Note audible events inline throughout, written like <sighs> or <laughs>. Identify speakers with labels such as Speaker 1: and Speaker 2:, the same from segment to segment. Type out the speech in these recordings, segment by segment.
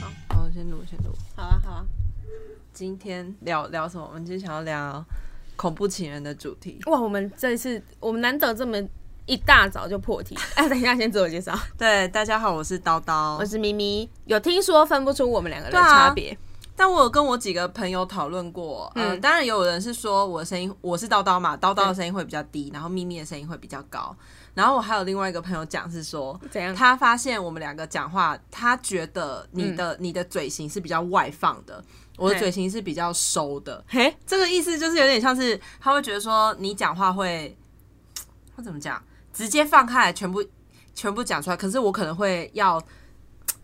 Speaker 1: 好，好，我先录，先录。
Speaker 2: 好啊，好啊，
Speaker 1: 今天聊聊什么？我们今天想要聊恐怖情人的主题。
Speaker 2: 哇，我们这一次我们难得这么一大早就破题。 <laughs> 哎，等一下，先自我介绍，
Speaker 1: 对，大家好，我是叨叨。
Speaker 2: 我是咪咪。有听说分不出我们两个人
Speaker 1: 对
Speaker 2: 的
Speaker 1: 啊
Speaker 2: 差别，
Speaker 1: 但我有跟我几个朋友讨论过，嗯、
Speaker 2: 嗯
Speaker 1: 当然有人是说我的声音，我是叨叨嘛，叨叨的声音会比较低，
Speaker 2: 嗯
Speaker 1: 然后咪咪的声音会比较高。然后我还有另外一个朋友讲是说，
Speaker 2: 怎样？
Speaker 1: 他发现我们两个讲话，他觉得你的、你的嘴型是比较外放的，我的
Speaker 2: 嘿
Speaker 1: 嘴型是比较收的。
Speaker 2: 嘿，
Speaker 1: 这个意思就是有点像是他会觉得说你讲话会，他怎么讲，直接放开来，全部全部讲出来。可是我可能会要，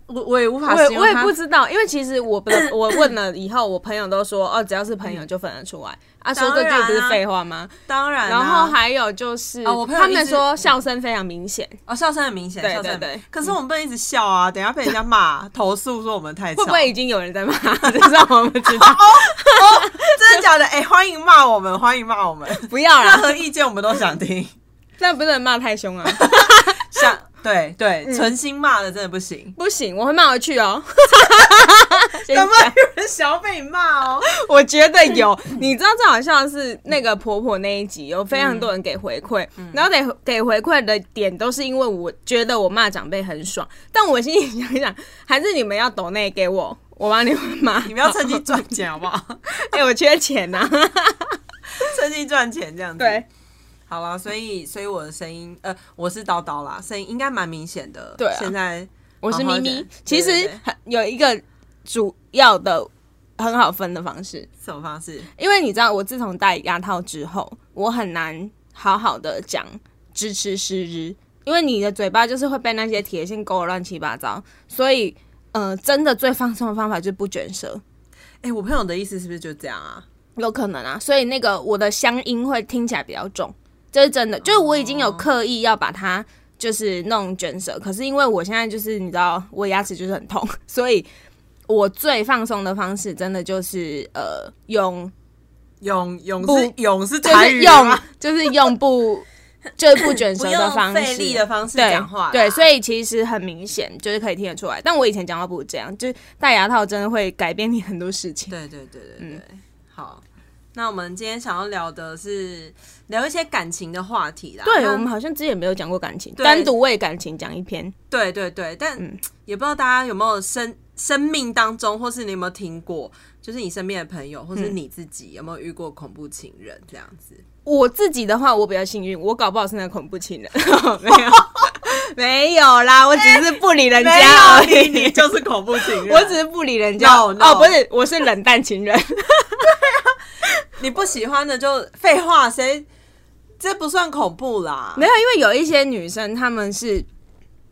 Speaker 1: 我我也无法
Speaker 2: 我也
Speaker 1: 形容
Speaker 2: 我也
Speaker 1: 啊他
Speaker 2: 不知道，因 <coughs> 为其实我不我问了以后，我朋友都说哦，只要是朋友就分得出来啊，说这
Speaker 1: 当然
Speaker 2: 句
Speaker 1: 啊
Speaker 2: 不是废话吗？
Speaker 1: 当然啊、
Speaker 2: 然后还有就是，
Speaker 1: 哦我朋友
Speaker 2: 他
Speaker 1: 一
Speaker 2: 们
Speaker 1: 直
Speaker 2: 说笑声非常明显，
Speaker 1: 哦，笑声很明显，
Speaker 2: 对
Speaker 1: 笑声很
Speaker 2: 对
Speaker 1: 明
Speaker 2: 对
Speaker 1: 可是我们不能一直笑啊，等一下被人家
Speaker 2: <laughs>
Speaker 1: 骂投诉说我们太吵，哦
Speaker 2: 会不会已经有人在骂？ <laughs> 这让我们
Speaker 1: <laughs>
Speaker 2: 知道，
Speaker 1: 真的假 <laughs> 的？哎、欢迎骂我们，欢迎骂我
Speaker 2: <laughs>
Speaker 1: 们，
Speaker 2: 不要
Speaker 1: 任
Speaker 2: 啦，
Speaker 1: <laughs> 何意见我们都想
Speaker 2: <laughs>
Speaker 1: 听。
Speaker 2: 但不能骂太凶啊，
Speaker 1: 像 <laughs> 对对，
Speaker 2: 嗯
Speaker 1: 存心骂的真的不行。
Speaker 2: 不行，我会骂回
Speaker 1: <laughs>
Speaker 2: 去哦。先
Speaker 1: 干嘛
Speaker 2: 讲
Speaker 1: 有人想要被你骂哦？
Speaker 2: <laughs> 我觉得有，你知道最好笑的是那个婆婆那一集，有非常多人给回馈，
Speaker 1: 嗯
Speaker 2: 然后得给回馈的点都是因为我觉得我骂长辈很爽，但我心里想一想，还是你们要抖内给我，我帮你们骂，
Speaker 1: <laughs> 你们要趁机赚钱好不好？
Speaker 2: <laughs> 哎、我缺钱
Speaker 1: <laughs>
Speaker 2: 呐、啊，
Speaker 1: 趁机赚钱这样子。
Speaker 2: 对，
Speaker 1: 好啦，所以所以我的声音，呃，我是叨叨啦，声音应该蛮明显的。
Speaker 2: 对啊
Speaker 1: 现在
Speaker 2: 我是
Speaker 1: 好
Speaker 2: 咪
Speaker 1: 好讲
Speaker 2: 咪
Speaker 1: 对，对
Speaker 2: 其实
Speaker 1: 对
Speaker 2: 很有一个主要的很好分的方式，
Speaker 1: 什么方式？
Speaker 2: 因为你知道，我自从戴牙套之后，我很难好好的讲支持失日，因为你的嘴巴就是会被那些铁线勾得乱七八糟，所以。呃，真的最放松的方法就是不卷舌，
Speaker 1: 哎、我朋友的意思是不是就这样啊？
Speaker 2: 有可能啊，所以那个我的乡音会听起来比较重，这是真的。就是我已经有刻意要把它就是弄卷舌，可是因为我现在就是你知道，我牙齿就是很痛，所以我最放松的方式真的就是呃用
Speaker 1: 勇勇
Speaker 2: 不
Speaker 1: 是勇是
Speaker 2: 就
Speaker 1: 台
Speaker 2: 是
Speaker 1: 语
Speaker 2: 用
Speaker 1: 吗
Speaker 2: 就是用不 <laughs> 就是不卷舌
Speaker 1: 不
Speaker 2: 的
Speaker 1: 用
Speaker 2: 方
Speaker 1: 费
Speaker 2: 式，
Speaker 1: 力的方式
Speaker 2: 对
Speaker 1: 讲话啦。
Speaker 2: 对，所以其实很明显就是可以听得出来。但我以前讲话不是这样，就是戴牙套真的会改变你很多事情。
Speaker 1: 对对对对
Speaker 2: 嗯
Speaker 1: 对，好。那我们今天想要聊的是聊一些感情的话题啦。
Speaker 2: 对，
Speaker 1: 那
Speaker 2: 我们好像之前没有讲过感情，
Speaker 1: 对
Speaker 2: 单独为感情讲一篇。
Speaker 1: 对对对，但
Speaker 2: 嗯
Speaker 1: 也不知道大家有没有生生命当中，或是你有没有听过，就是你身边的朋友，或
Speaker 2: 嗯
Speaker 1: 是你自己有没有遇过恐怖情人这样子？
Speaker 2: 我自己的话，我比较幸运，我搞不好是那个恐怖情人， <laughs> 没有，没有啦，我只是不理人家而已，
Speaker 1: 你就是恐怖情
Speaker 2: <laughs>
Speaker 1: 人
Speaker 2: 我只是不理人家。
Speaker 1: No, no
Speaker 2: 哦，不是，我是冷淡情人。
Speaker 1: 你不喜欢的就废话，谁这不算恐怖啦？
Speaker 2: 没有，因为有一些女生她们是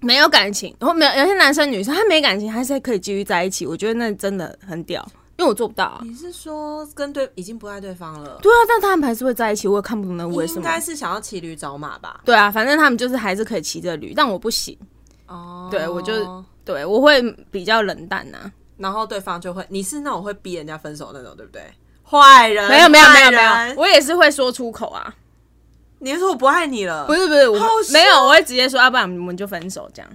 Speaker 2: 没有感情，然后没有有些男生女生他没感情还是可以继续在一起，我觉得那真的很屌，因为我做不到、啊。
Speaker 1: 你是说跟对已经不爱对方了？
Speaker 2: 对啊，但他们还是会在一起，我也看不懂那为什
Speaker 1: 应
Speaker 2: 么。
Speaker 1: 该是想要骑驴找马吧？
Speaker 2: 对啊，反正他们就是还是可以骑着驴，但我不行。
Speaker 1: 哦，
Speaker 2: 对我就对，我会比较冷淡啊呐、
Speaker 1: 然后对方就会，你是那种会逼人家分手那种，对不对？坏人，
Speaker 2: 没有没有没有没
Speaker 1: 坏
Speaker 2: 有，
Speaker 1: 人
Speaker 2: 我也是会说出口啊。
Speaker 1: 你是说我不爱你了？
Speaker 2: 不是不是，我
Speaker 1: 好凶
Speaker 2: 没有，我会直接说，要、啊不然我们就分手这样。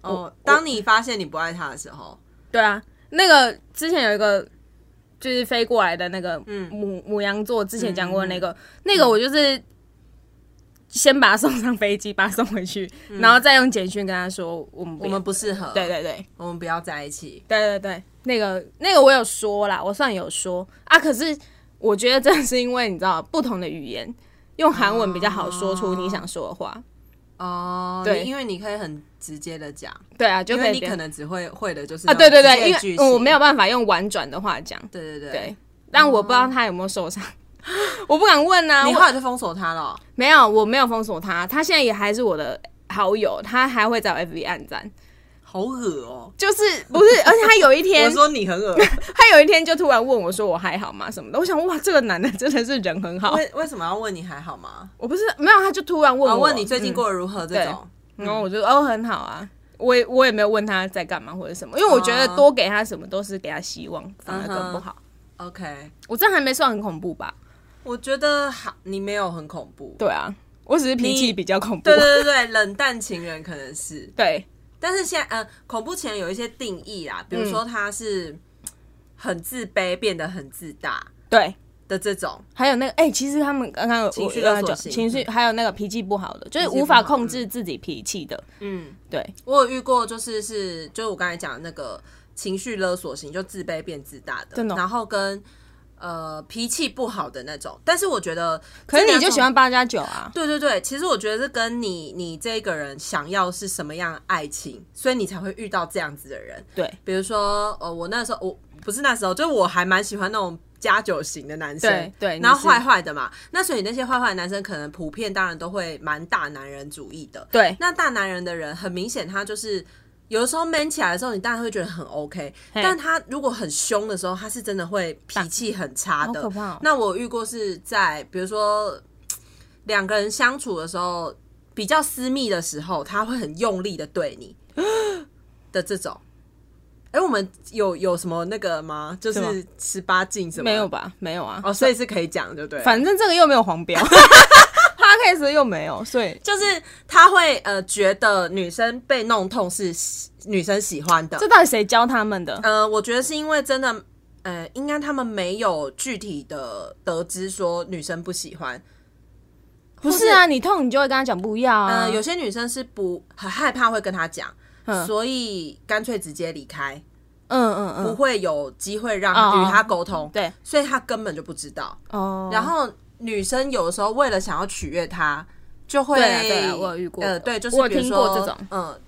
Speaker 1: 哦，当你发现你不爱他的时候，
Speaker 2: 对啊，那个之前有一个就是飞过来的那个
Speaker 1: 嗯
Speaker 2: 母母羊座，之前讲过的那个，那个我就是先把他送上飞机，把他送回去，然后再用简讯跟他说我们不
Speaker 1: 嗯我
Speaker 2: 要
Speaker 1: 们不适合，
Speaker 2: 对，对对
Speaker 1: 我们不要在一起。
Speaker 2: 对对对，那个那个我有说啦，我算有说啊，可是我觉得真的是因为你知道不同的语言。用韩文比较好说出你想说的话，
Speaker 1: 哦，
Speaker 2: 对
Speaker 1: 你因为你可以很直接的讲，
Speaker 2: 对啊，就
Speaker 1: 因
Speaker 2: 可
Speaker 1: 为
Speaker 2: 以
Speaker 1: 你
Speaker 2: 这
Speaker 1: 可
Speaker 2: 样
Speaker 1: 能只会会的就是
Speaker 2: 啊，对对对，
Speaker 1: 那种直接
Speaker 2: 因
Speaker 1: 句
Speaker 2: 为
Speaker 1: 型
Speaker 2: 我没有，办法用婉转的话讲，
Speaker 1: 对对
Speaker 2: 对，，但我不知道他有没有受伤， <laughs> 我不敢问啊。
Speaker 1: 你后
Speaker 2: 我
Speaker 1: 来就封锁他了哦。
Speaker 2: 没有，我没有封锁他，他现在也还是我的好友，他还会在我 FB 暗赞，
Speaker 1: 好恶哦！
Speaker 2: 就是不是？而且他有一
Speaker 1: 我
Speaker 2: <laughs> 天，
Speaker 1: 说你很恶，
Speaker 2: 他有一天就突然问我说我还好吗什么的，我想哇，这个男的真的是人很好。
Speaker 1: <laughs> 为为什么要问你还好吗？
Speaker 2: 我不是没有，他就突然哦问
Speaker 1: 我
Speaker 2: <laughs> 我，
Speaker 1: 问你最近过得如何这种，
Speaker 2: 嗯，然后我就哦很好啊。我也我也没有问他在干嘛或者什么，因为我觉得
Speaker 1: 哦
Speaker 2: 多给他什么都是给他希望，反而
Speaker 1: 嗯哼
Speaker 2: 更不好。
Speaker 1: OK，
Speaker 2: 我这样还没算很恐怖吧？
Speaker 1: 我觉得好，你没有很恐怖，
Speaker 2: 对啊，我只是脾气比较恐怖。
Speaker 1: 对对对对，冷淡情人可能是，
Speaker 2: 对
Speaker 1: 但是现在呃，恐怖情人有一些定义
Speaker 2: 嗯
Speaker 1: 啦，比如说他是很自卑，变得很自大
Speaker 2: 对
Speaker 1: 的这种，
Speaker 2: 还有那个，哎、其实他们刚刚有
Speaker 1: 情绪
Speaker 2: 我
Speaker 1: 勒索
Speaker 2: 我
Speaker 1: 型
Speaker 2: 情绪，还有那个脾气不好的，就是
Speaker 1: 脾气
Speaker 2: 无
Speaker 1: 不好
Speaker 2: 法控制自己脾气的，
Speaker 1: 嗯，
Speaker 2: 对
Speaker 1: 我有遇过，就是是就是我刚才讲的那个情绪勒索型，就自卑变自大的，
Speaker 2: 真的哦
Speaker 1: 然后跟呃脾气不好的那种。但是我觉得，
Speaker 2: 可是你就喜。欢八加九啊？
Speaker 1: 对对对，其实我觉得这跟你你这个人想要是什么样爱情，所以你才会遇到这样子的人。
Speaker 2: 对
Speaker 1: 比如说，呃，我那时候我不是那时候，就是我还蛮喜欢那种加九型的男生，
Speaker 2: 对对
Speaker 1: 然后
Speaker 2: 你是
Speaker 1: 坏坏的嘛。那所以那些坏坏的男生，可能普遍当然都会蛮大男人主义的，
Speaker 2: 对
Speaker 1: 那大男人的人，很明显他就是有的时候 man 起来的时候，你当然会觉得很 OK，
Speaker 2: 嘿
Speaker 1: 但他如果很凶的时候，他是真的会脾气很差的。
Speaker 2: 好可怕哦
Speaker 1: 那我有遇过是在比如说两个人相处的时候，比较私密的时候，他会很用力的对
Speaker 2: <gasps>
Speaker 1: 你的这种。哎、我们有有什么那个吗？就
Speaker 2: 什
Speaker 1: 是
Speaker 2: 么
Speaker 1: 十八禁什么？
Speaker 2: 没有吧？没有啊。
Speaker 1: 哦，所以是可以讲，对不对？
Speaker 2: 反正这个又没有
Speaker 1: <laughs>
Speaker 2: 黄标，podcast 又没有，所以
Speaker 1: 就是他会呃觉得女生被弄痛是喜女生喜欢的
Speaker 2: 这，到底谁教他们的？
Speaker 1: 呃，我觉得是因为真的，呃，应该他们没有具体的得知说女生不喜欢，
Speaker 2: 不是啊，你痛你就会跟他讲不要啊。
Speaker 1: 呃，有些女生是不很害怕会跟他讲，
Speaker 2: 嗯
Speaker 1: 所以干脆直接离开，
Speaker 2: 嗯嗯
Speaker 1: 不
Speaker 2: 嗯，
Speaker 1: 会有机会让
Speaker 2: 哦
Speaker 1: 与他沟通，
Speaker 2: 对
Speaker 1: 所以他根本就不知道。
Speaker 2: 哦，
Speaker 1: 然后女生有的时候为了想要取悦他，就会
Speaker 2: 对啊对啊我有遇过
Speaker 1: 呃，对，就是
Speaker 2: 我有
Speaker 1: 比如
Speaker 2: 听过
Speaker 1: 说
Speaker 2: 这种，
Speaker 1: 嗯。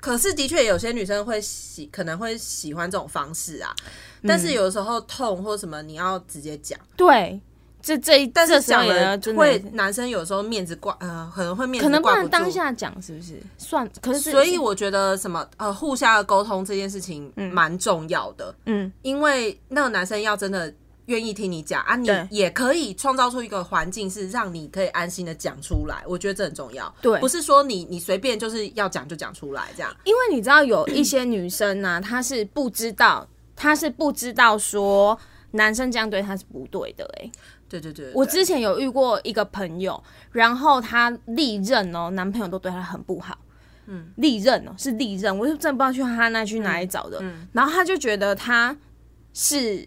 Speaker 1: 可是的确有些女生会喜，可能会喜欢这种方式啊。
Speaker 2: 嗯
Speaker 1: 但是有的时候痛或什么，你要直接讲。
Speaker 2: 对，这这一
Speaker 1: 但是
Speaker 2: 这时候
Speaker 1: 讲
Speaker 2: 也
Speaker 1: 了
Speaker 2: 要啊真的
Speaker 1: 会男生有时候面子挂，呃，可能会面子
Speaker 2: 可能不
Speaker 1: 挂
Speaker 2: 能
Speaker 1: 住
Speaker 2: 当。下讲，是不是？算，可是
Speaker 1: 所以我觉得什么呃，互相的沟通这件事情蛮重要的，
Speaker 2: 嗯，
Speaker 1: 因为那个男生要真的愿意听你讲啊，你
Speaker 2: 对
Speaker 1: 也可以创造出一个环境，是让你可以安心的讲出来。我觉得这很重要，
Speaker 2: 对
Speaker 1: 不是说你你随便就是要讲就讲出来这样。
Speaker 2: 因为你知道有一些女生呢、她是不知道，她是不知道说男生这样对她是不对的、欸。
Speaker 1: 对对对对
Speaker 2: 我
Speaker 1: 对
Speaker 2: 之前有遇过一个朋友，然后她历任哦，男朋友都对她很不好。嗯，历任哦，是历任，我就真的不知道去她那去哪里找
Speaker 1: 嗯
Speaker 2: 的。然后她就觉得她是，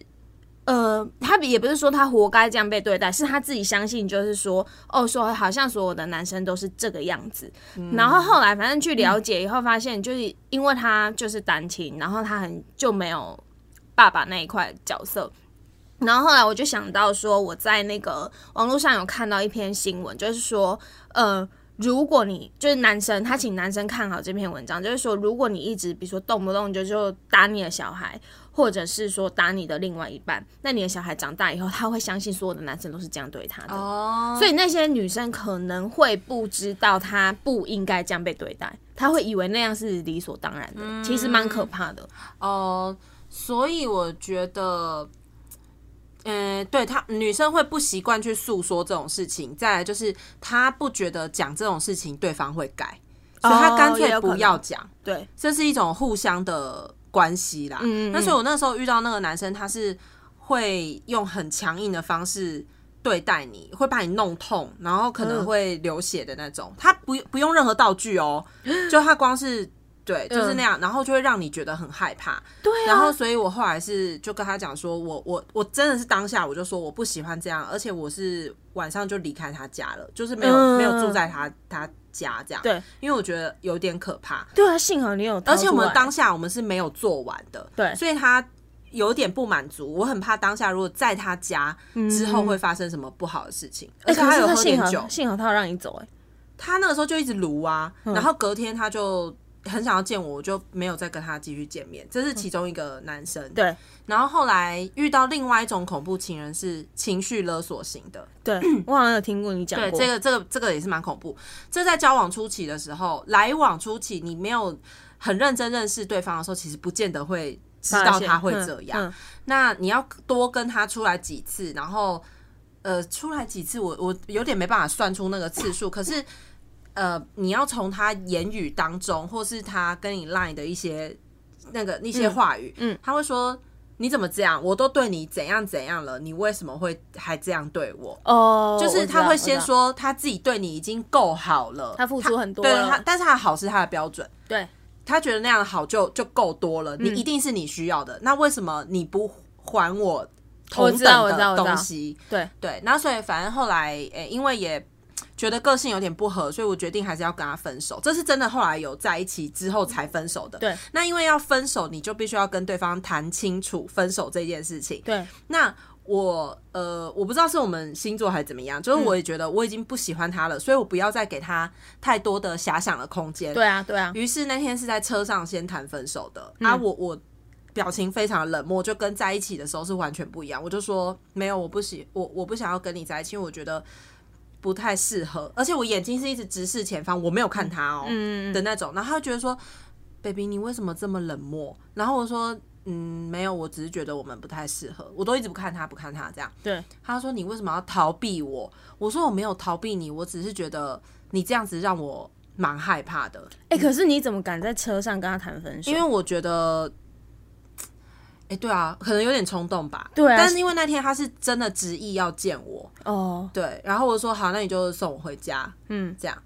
Speaker 2: 呃，她也不是说她活该这样被对待，是她自己相信，就是说，哦，说好像所有的男生都是这个样子。
Speaker 1: 嗯
Speaker 2: 然后后来反正去了解以后，发现就是因为她就是单亲，然后她很就没有爸爸那一块角色，然后后来我就想到说，我在那个网络上有看到一篇新闻，就是说，呃，如果你就是男生，他请男生看好这篇文章，就是说，如果你一直比如说动不动就就打你的小孩，或者是说打你的另外一半，那你的小孩长大以后，他会相信所有的男生都是这样对他的。
Speaker 1: 哦，
Speaker 2: 所以那些女生可能会不知道她不应该这样被对待，她会以为那样是理所当然的，其实蛮
Speaker 1: 嗯
Speaker 2: 可怕的。
Speaker 1: 哦，所以我觉得，嗯、对她女生会不习惯去诉说这种事情，再来就是她不觉得讲这种事情对方会改，所以她
Speaker 2: 哦
Speaker 1: 干脆
Speaker 2: 也有
Speaker 1: 不
Speaker 2: 可能
Speaker 1: 要讲，
Speaker 2: 对，
Speaker 1: 这是一种互相的关系啦。
Speaker 2: 嗯嗯
Speaker 1: 那所以我那时候遇到那个男生，他是会用很强硬的方式。对待你会把你弄痛，然后可能
Speaker 2: 嗯
Speaker 1: 会流血的那种。他不不用任何道具
Speaker 2: <gasps>
Speaker 1: 哦，就他光是对
Speaker 2: 嗯
Speaker 1: 就是那样，然后就会让你觉得很害怕。
Speaker 2: 对啊，
Speaker 1: 然后，所以我后来是就跟他讲说，我我我真的是当下我就说我不喜欢这样，而且我是晚上就离开他家了，就是没有、
Speaker 2: 嗯
Speaker 1: 没有住在他他家这样。
Speaker 2: 对，
Speaker 1: 因为我觉得有点可怕，
Speaker 2: 对啊，幸好你有掏
Speaker 1: 啊而
Speaker 2: 出来，
Speaker 1: 且我们当下我们是没有做完的，
Speaker 2: 对
Speaker 1: 所以他有点不满足，我很怕当下如果在他家之后会发生什么不好的事情，而
Speaker 2: 哎
Speaker 1: 且
Speaker 2: 可是
Speaker 1: 有喝
Speaker 2: 他幸
Speaker 1: 点
Speaker 2: 好
Speaker 1: 酒，
Speaker 2: 幸好他有让你走、哎，
Speaker 1: 他那个时候就一直撸啊，
Speaker 2: 嗯
Speaker 1: 然后隔天他就。很想要见我，我就没有再跟他继续见面。这是其中一个男生，
Speaker 2: 嗯对
Speaker 1: 然后后来遇到另外一种恐怖情人是情绪勒索型的，
Speaker 2: 对， <clears throat> 我好像有听过你讲
Speaker 1: 对，
Speaker 2: 过，
Speaker 1: 这个这个这个也是蛮恐怖。这在交往初期的时候，来往初期你没有很认真认识对方的时候，其实不见得会知道他会这样。
Speaker 2: 嗯嗯
Speaker 1: 那你要多跟他出来几次，然后呃，出来几次我我有点没办法算出那个次数，可是呃，你要从他言语当中，或是他跟你 line 的一些那个那些话语，
Speaker 2: 嗯
Speaker 1: 他会说。你怎么这样？我都对你怎样怎样了，你为什么会还这样对我？
Speaker 2: 哦，
Speaker 1: 就是他会先
Speaker 2: 我知道
Speaker 1: 说他自己对你已经够好了，
Speaker 2: 他付出很多
Speaker 1: 对
Speaker 2: 了
Speaker 1: 他，但是他的好是他的标准，
Speaker 2: 对，嗯
Speaker 1: 他觉得那样的好就就够多了，你一定是你需要的，那为什么你不还我同
Speaker 2: 我知
Speaker 1: 等
Speaker 2: 道我知道
Speaker 1: 的
Speaker 2: 我知道
Speaker 1: 东西？
Speaker 2: 对
Speaker 1: 对，那所以反正后来，诶、因为也觉得个性有点不合，所以我决定还是要跟他分手。这是真的，后来有在一起之后才分手的。
Speaker 2: 对，
Speaker 1: 那因为要分手，你就必须要跟对方谈清楚分手这件事情。
Speaker 2: 对，
Speaker 1: 那我呃，我不知道是我们星座还是怎么样，
Speaker 2: 嗯
Speaker 1: 就是我也觉得我已经不喜欢他了，所以我不要再给他太多的遐想的空间。
Speaker 2: 对啊，对啊，
Speaker 1: 于是那天是在车上先谈分手的，啊，
Speaker 2: 嗯
Speaker 1: 我我表情非常冷漠，就跟在一起的时候是完全不一样。我就说没有，我不喜我我不想要跟你在一起，因为我觉得不太适合，而且我眼睛是一直直视前方，我没有看他哦、
Speaker 2: 嗯，
Speaker 1: 的那种。然后他就觉得说，baby 你为什么这么冷漠？然后我说。嗯，没有，我只是觉得我们不太适合，我都一直不看他，不看他这样。
Speaker 2: 对，
Speaker 1: 他说你为什么要逃避我？我说我没有逃避你，我只是觉得你这样子让我蛮害怕的。
Speaker 2: 哎、可是你怎么敢在车上跟他谈分手？
Speaker 1: 因为我觉得，哎、对啊，可能有点冲动吧。
Speaker 2: 对啊
Speaker 1: 但是因为那天他是真的执意要见我，
Speaker 2: 哦，
Speaker 1: 对，然后我说好，那你就送我回家，
Speaker 2: 嗯，
Speaker 1: 这样。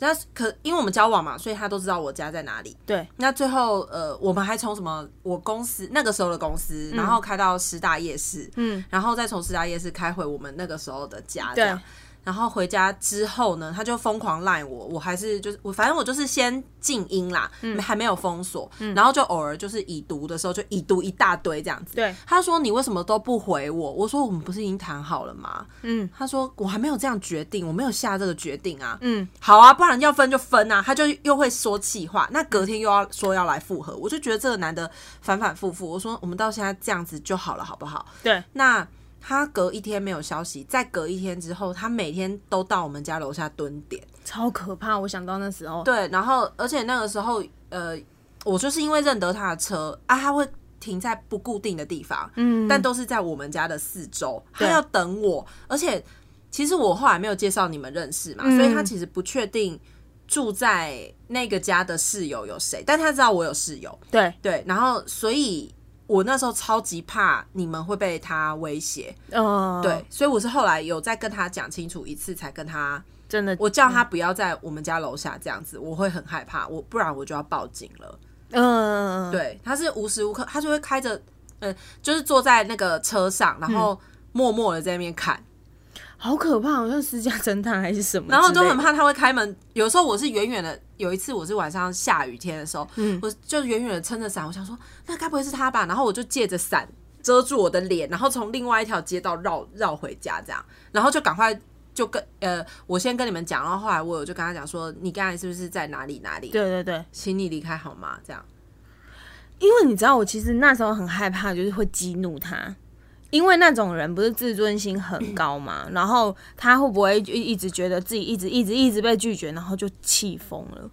Speaker 1: 那可因为我们交往嘛，所以他都知道我家在哪里。
Speaker 2: 对，
Speaker 1: 那最后呃，我们还从什么我公司那个时候的公司，然后开到师大夜市，
Speaker 2: 嗯，
Speaker 1: 然后再从师大夜市开回我们那个时候的家，这
Speaker 2: 对
Speaker 1: 样。然后回家之后呢，他就疯狂赖我，我还是就是我，反正我就是先静音啦，
Speaker 2: 嗯
Speaker 1: 还没有封锁，然后就偶尔就是已读的时候就已读一大堆这样子。
Speaker 2: 对，
Speaker 1: 他说你为什么都不回我？我说我们不是已经谈好了吗？
Speaker 2: 嗯
Speaker 1: 他说我还没有这样决定，我没有下这个决定啊。
Speaker 2: 嗯，
Speaker 1: 好啊，不然要分就分啊。他就又会说气话，那隔天又要说要来复合，我就觉得这个男的反反复复。我说我们到现在这样子就好了，好不好？
Speaker 2: 对，
Speaker 1: 那他隔一天没有消息，再隔一天之后，他每天都到我们家楼下蹲点。
Speaker 2: 超可怕！我想到那时候，
Speaker 1: 对，然后而且那个时候，呃，我就是因为认得他的车啊，他会停在不固定的地方，
Speaker 2: 嗯，
Speaker 1: 但都是在我们家的四周，他
Speaker 2: 对
Speaker 1: 要等我，而且其实我后来没有介绍你们认识
Speaker 2: 嗯
Speaker 1: 嘛，所以他其实不确定住在那个家的室友有谁，但他知道我有室友，
Speaker 2: 对，
Speaker 1: 对，然后所以我那时候超级怕你们会被他威胁，
Speaker 2: 呃，
Speaker 1: 对，，所以我是后来有再跟他讲清楚一次，才跟他
Speaker 2: 真的，
Speaker 1: 我叫他不要在我们家楼下这样子，我会很害怕，我不然我就要报警了。
Speaker 2: 嗯、呃，，
Speaker 1: 对，他是无时无刻，他就会开着，呃，就是坐在那个车上，然后默默的在那边看，
Speaker 2: 好可怕，好像私家侦探还是什么，
Speaker 1: 然后就很，怕他会开门。有时候我是远远的，有一次我是晚上下雨天的时候，我就远远的撑着伞，我想说那该不会是他吧？然后我就借着伞遮住我的脸，然后从另外一条街道绕绕回家，这样，然后就赶快。就跟呃，我先跟你们讲，然后后来我有就跟他讲说，你刚才是不是在哪里哪里？
Speaker 2: 对对对，
Speaker 1: 请你离开好吗？这样，
Speaker 2: 因为你知道，我其实那时候很害怕，就是会激怒他。因为那种人不是自尊心很高嘛，然后他会不会就一直觉得自己一直一直一直被拒绝，然后就气疯了？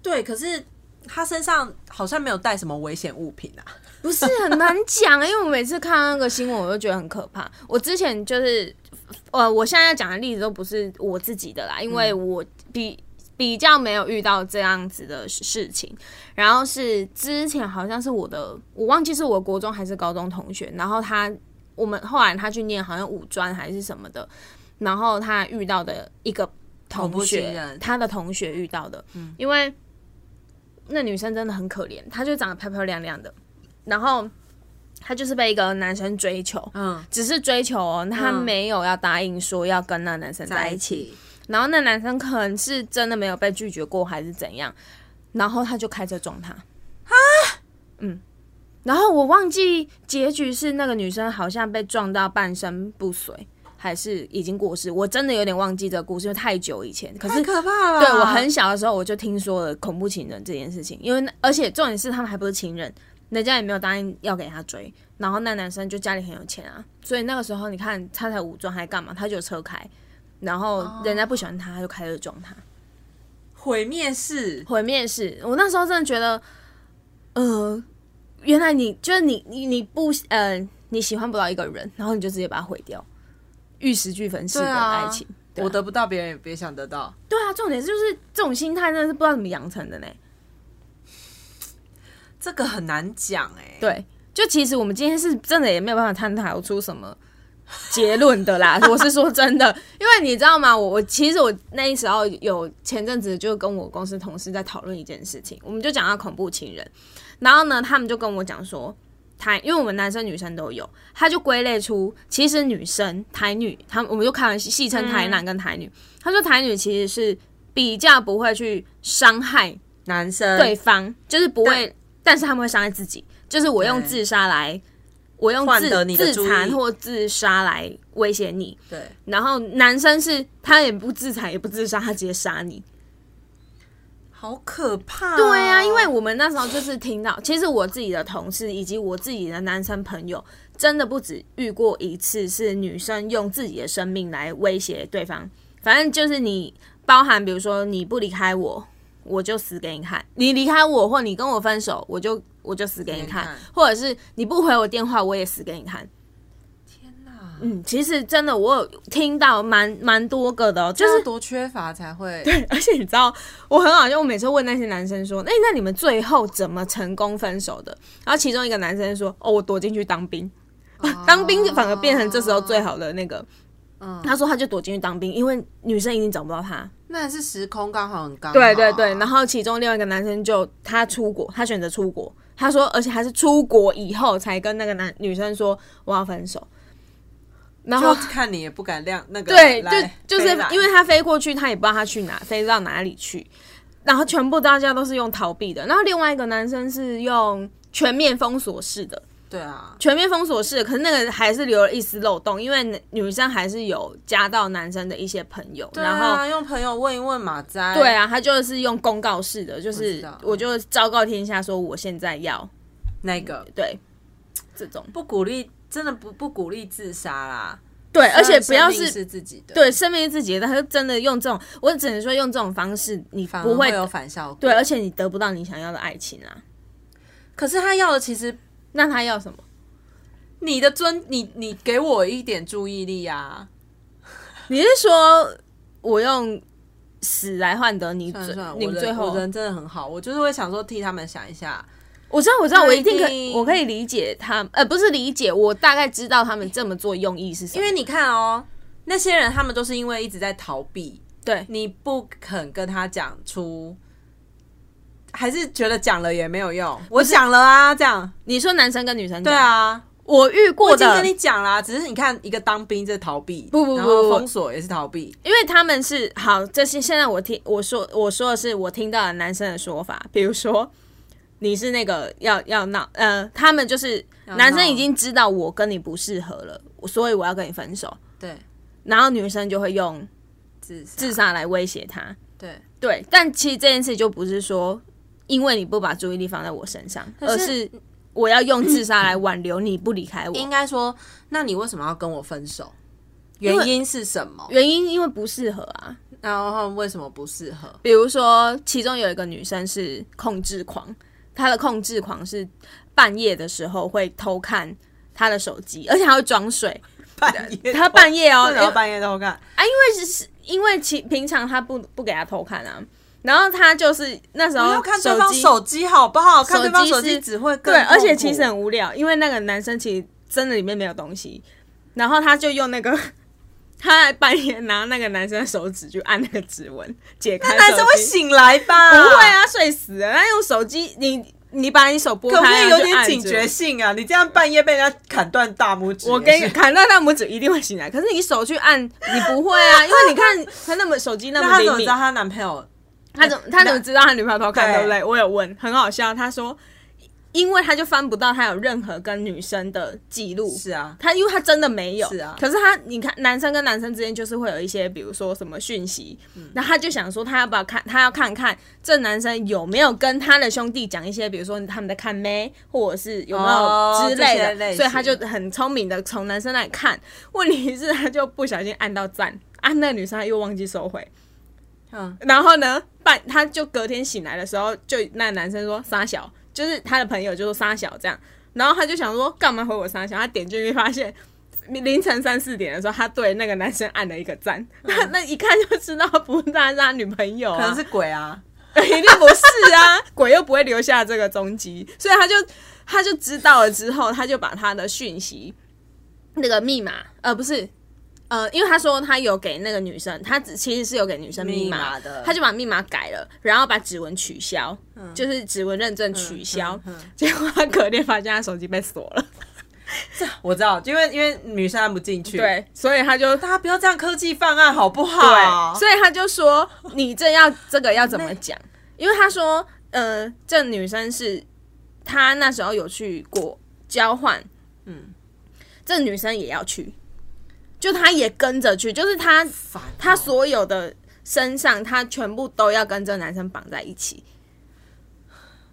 Speaker 1: 对，可是他身上好像没有带什么危险物品啊。
Speaker 2: 不是很难讲、因为我每次看到那个新闻，我就觉得很可怕。我之前就是，呃，我现在要讲的例子都不是我自己的啦，因为
Speaker 1: 嗯
Speaker 2: 我比比较没有遇到这样子的事情。然后是之前好像是我的，我忘记是我国中还是高中同学，然后他我们后来他去念好像五专还是什么的，然后他遇到的一个
Speaker 1: 恐
Speaker 2: 同
Speaker 1: 怖情
Speaker 2: 学
Speaker 1: 人，嗯
Speaker 2: 他的同学遇到的，因为那女生真的很可怜，她就长得漂漂亮亮的，然后她就是被一个男生追求，
Speaker 1: 嗯，
Speaker 2: 只是追求哦，她
Speaker 1: 嗯
Speaker 2: 没有要答应说要跟那男生在一起，，然后那男生可能是真的没有被拒绝过，还是怎样，然后他就开车撞他啊，嗯，然后我忘记结局是那个女生好像被撞到半身不遂，还是已经过世，我真的有点忘记这个故事，因为太久以前，可
Speaker 1: 太
Speaker 2: 是
Speaker 1: 可怕了。
Speaker 2: 对我很小的时候我就听说了恐怖情人这件事情，因为那而且重点是他们还不是情人，人家也没有答应要给他追，然后那男生就家里很有钱啊，所以那个时候你看他才武装还干嘛，他就有车开，然后
Speaker 1: 哦
Speaker 2: 人家不喜欢他，他就开车撞他，
Speaker 1: 毁灭式，
Speaker 2: 毁灭式。我那时候真的觉得，呃，原来你就是你你你不呃你喜欢不到一个人，然后你就直接把他毁掉，玉石俱焚式的
Speaker 1: 对啊
Speaker 2: 爱情。对啊
Speaker 1: 我得不到，别人也别想得到。
Speaker 2: 对啊，重点是就是这种心态真的是不知道怎么养成的呢。
Speaker 1: 这个很难讲哎、
Speaker 2: 对，就其实我们今天是真的也没有办法探讨出什么结论的啦。 <laughs> 我是说真的，因为你知道吗？我我其实我那时候有前阵子就跟我公司同事在讨论一件事情，我们就讲到恐怖情人，然后呢，他们就跟我讲说。台，因为我们男生女生都有，他就归类出，其实女生台女，他们我们就开玩笑戏称台男跟台女。他说台女其实是比较不会去伤害
Speaker 1: 男生
Speaker 2: 对方，就是不会
Speaker 1: 对，
Speaker 2: 但是他们会伤害自己。就是我用
Speaker 1: 对
Speaker 2: 自杀来，我用
Speaker 1: 换
Speaker 2: 自
Speaker 1: 得你的注
Speaker 2: 自
Speaker 1: 意
Speaker 2: 残或自杀来威胁你。
Speaker 1: 对，
Speaker 2: 然后男生是他也不自残也不自杀，他直接杀你。
Speaker 1: 好可怕哦、
Speaker 2: 对呀、因为我们那时候就是听到，其实我自己的同事以及我自己的男生朋友，真的不止遇过一次是女生用自己的生命来威胁对方。反正就是你包含，比如说你不离开我，我就死给你看；你离开我，或你跟我分手，我就我就死给你看
Speaker 1: 给你看；
Speaker 2: 或者是你不回我电话，我也死给你看。
Speaker 1: 天哪，
Speaker 2: 嗯，其实真的我有听到蛮蛮多个的、哦，就
Speaker 1: 就是是多缺乏才会
Speaker 2: <laughs> 而且你知道，我很好笑，我每次问那些男生说：“哎那、那你们最后怎么成功分手的？”然后其中一个男生说：“哦，我躲进去当兵。
Speaker 1: 哦
Speaker 2: 当兵反而变成这时候最好的那个。
Speaker 1: 嗯
Speaker 2: 他说他就躲进去当兵，因为女生一定找不到他。
Speaker 1: 那还是时空刚好很刚好啊、
Speaker 2: 对对对，然后其中另外一个男生就他出国，他选择出国，他说，而且还是出国以后才跟那个男女生说我要分手。然后
Speaker 1: 就看你也不敢亮那个
Speaker 2: 对，
Speaker 1: 来
Speaker 2: 就就是
Speaker 1: 飞来
Speaker 2: 因为他飞过去，他也不知道他去哪，飞到哪里去，然后全部大家都是用逃避的。然后另外一个男生是用全面封锁式的，
Speaker 1: 对啊，
Speaker 2: 全面封锁式的，可是那个还是留了一丝漏洞，因为女生还是有加到男生的一些朋友，然
Speaker 1: 对
Speaker 2: 后
Speaker 1: 啊。用朋友问一问马仔，
Speaker 2: 对啊，他就是用公告式的，就
Speaker 1: 知
Speaker 2: 是
Speaker 1: 道
Speaker 2: 我就昭告天下说我现在要
Speaker 1: 那个
Speaker 2: 对这种
Speaker 1: 不鼓励，真的不不鼓励自杀啦，
Speaker 2: 对，而且
Speaker 1: 生
Speaker 2: 不要
Speaker 1: 命
Speaker 2: 是
Speaker 1: 是自己的，，
Speaker 2: 对生命是自己的，他就真的用这种，我只能说用这种方式，你
Speaker 1: 反而
Speaker 2: 不
Speaker 1: 嗯会
Speaker 2: 会
Speaker 1: 有反效果。
Speaker 2: 对，而且你得不到你想要的爱情啊，
Speaker 1: 可是他要的其实
Speaker 2: 那他要什么？
Speaker 1: 你的尊，你你给我一点注意力啊。
Speaker 2: 你是说我用死来换得你
Speaker 1: 嗯算了
Speaker 2: 最
Speaker 1: 算了，
Speaker 2: 你
Speaker 1: 我人
Speaker 2: 最后
Speaker 1: 我？人真的很好，我就是会想说替他们想一下，
Speaker 2: 我知道，我知道，
Speaker 1: 那
Speaker 2: 我
Speaker 1: 一
Speaker 2: 一定可
Speaker 1: 定
Speaker 2: 我可以理解他，呃，不是理解，我大概知道他们这么做用意是什么，
Speaker 1: 因为你看哦，那些人他们都是因为一直在逃避，
Speaker 2: 对
Speaker 1: 你不肯跟他讲出，还是觉得讲了也没有用。我讲了啊，这样
Speaker 2: 你说男生跟女生
Speaker 1: 对
Speaker 2: 对，
Speaker 1: 啊，
Speaker 2: 我遇
Speaker 1: 我
Speaker 2: 过
Speaker 1: 已经
Speaker 2: 的
Speaker 1: 跟，你讲啦、只是你看一个当兵这逃避，
Speaker 2: 不不不
Speaker 1: 然
Speaker 2: 不
Speaker 1: 后
Speaker 2: 不
Speaker 1: 封锁也是逃避，
Speaker 2: 因为他们是好，这些现在我听我说我说的是我听到的男生的说法，比如说你是那个要要闹，呃，他们就是
Speaker 1: 闹
Speaker 2: 男生已经知道我跟你不适合了，所以我要跟你分手，
Speaker 1: 对，
Speaker 2: 然后女生就会用
Speaker 1: 自杀
Speaker 2: 自杀来威胁他。
Speaker 1: 对，
Speaker 2: 对，但其实这件事就不是说因为你不把注意力放在我身上，而是我要用自杀来挽留你不离开
Speaker 1: 应
Speaker 2: 我。
Speaker 1: 该说，那你为什么要跟我分手？原
Speaker 2: 为
Speaker 1: 因是什么？
Speaker 2: 原因因为不适合啊，
Speaker 1: 然后为什么不适合？
Speaker 2: 比如说其中有一个女生是控制狂，她的控制狂是半夜的时候会偷看她的手机，而且还会装睡。
Speaker 1: 半夜
Speaker 2: 她半夜哦，因为
Speaker 1: 半夜偷看，
Speaker 2: 啊，因为是是因为其平常她不不给她偷看啊，然后她就是那时
Speaker 1: 不
Speaker 2: 候
Speaker 1: 要看对方
Speaker 2: 啊机
Speaker 1: 手机好不好？看对方手
Speaker 2: 手机
Speaker 1: 机
Speaker 2: 是
Speaker 1: 只会更
Speaker 2: 对，而且
Speaker 1: 痛苦
Speaker 2: 其实很无聊，因为那个男生其实真的里面没有东西，然后他就用那个，他还半夜拿那个男生的手指去按那个指纹，解开
Speaker 1: 男生会
Speaker 2: 手机
Speaker 1: 醒来吧？
Speaker 2: 不会，啊，睡死了。他用手机，你你把你手拨
Speaker 1: 可不可
Speaker 2: 开，
Speaker 1: 以
Speaker 2: 然
Speaker 1: 有
Speaker 2: 啊后就
Speaker 1: 点
Speaker 2: 按
Speaker 1: 警
Speaker 2: 着
Speaker 1: 觉？性啊？你这样半夜被人家砍断大拇指也是，
Speaker 2: 我跟你砍断他拇指一定会醒来，可是你手去按，你不会啊，因为你看他那么手机那
Speaker 1: 那
Speaker 2: 么
Speaker 1: 他怎
Speaker 2: 灵
Speaker 1: 么知
Speaker 2: 敏
Speaker 1: 道，她男朋友？
Speaker 2: 他怎么他怎么知道他女朋友偷看，
Speaker 1: 对
Speaker 2: 对不对？我有问，很好笑，他说。因为他就翻不到他有任何跟女生的记录，
Speaker 1: 是啊，
Speaker 2: 他因为他真的没有，
Speaker 1: 是啊
Speaker 2: 可是他，你看男生跟男生之间就是会有一些，比如说什么讯息，
Speaker 1: 嗯
Speaker 2: 那、他就想说他要不要看，他要看看这男生有没有跟他的兄弟讲一些，比如说他们在看妹，或者是有没
Speaker 1: 哦
Speaker 2: 有之类
Speaker 1: 这些
Speaker 2: 的，
Speaker 1: 类型
Speaker 2: 所以他就很聪明的从男生那里看。问题是他就不小心按到赞，按、那个女生她又忘记收回，
Speaker 1: 嗯，
Speaker 2: 然后呢，半他就隔天醒来的时候，就那男生说沙小，就是他的朋友就说沙小这样，然后他就想说干嘛回我沙小？他点进去发现凌晨三四点的时候，他对那个男生按了一个赞，那、那一看就知道不是他是他女朋友、啊，
Speaker 1: 可能是鬼啊，
Speaker 2: 一定哎不是啊，鬼又不会留下这个踪迹，所以他就他就知道了之后，他就把他的讯息那个密码，呃，不是。呃，因为他说他有给那个女生，他只其实是有给女生密
Speaker 1: 密
Speaker 2: 码
Speaker 1: 码的
Speaker 2: 他就把密码改了，然后把指纹取消，就是指纹认证取消。
Speaker 1: 嗯嗯嗯嗯
Speaker 2: 结果他隔天发现他手机被锁了，
Speaker 1: 我知道，因为因为女生按不进去，，
Speaker 2: 对，所以他就
Speaker 1: 大家不要这样科技犯案好不好？
Speaker 2: 对，所以他就说你这要这个要怎么讲？因为他说，呃，这女生是她那时候有去过交换，嗯
Speaker 1: 嗯，
Speaker 2: 这女生也要去，就她也跟着去，就是她
Speaker 1: 烦哦
Speaker 2: 她所有的身上，她全部都要跟这男生绑在一起。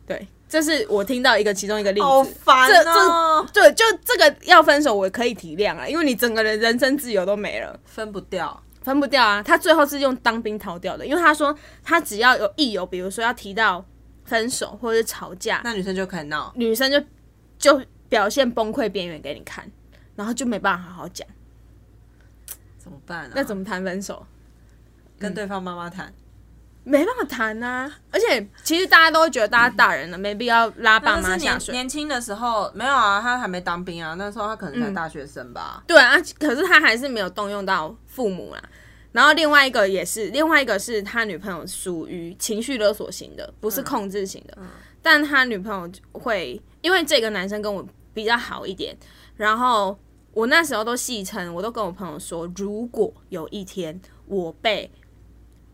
Speaker 2: 对，这是我听到一个其中一个例子，
Speaker 1: 好烦
Speaker 2: 这
Speaker 1: 哦，
Speaker 2: 对，就这个要分手，我可以体谅啊，因为你整个人人身自由都没了。
Speaker 1: 分不掉，
Speaker 2: 分不掉啊。他最后是用当兵逃掉的，因为他说他只要有一有，比如说要提到分手或者是吵架，
Speaker 1: 那女生就开始闹，
Speaker 2: 女生就就表现崩溃边缘给你看，然后就没办法好好讲，
Speaker 1: 怎么办啊？
Speaker 2: 那怎么嗯谈分手？
Speaker 1: 跟对方妈妈谈？
Speaker 2: 没办法谈啊！而且其实大家都会觉得大家大人了，没必要拉爸
Speaker 1: 但
Speaker 2: 妈
Speaker 1: 是
Speaker 2: 下
Speaker 1: 年
Speaker 2: 水。
Speaker 1: 年轻的时候没有啊，他还没当兵啊，那时候他可能才
Speaker 2: 嗯
Speaker 1: 大学生吧。
Speaker 2: 对啊，可是他还是没有动用到父母啦。然后另外一个也是，另外一个是他女朋友属于情绪勒索型的，不
Speaker 1: 嗯
Speaker 2: 是控制型的。但他女朋友会因为这个男生跟我比较好一点，然后我那时候都戏称，我都跟我朋友说，如果有一天我被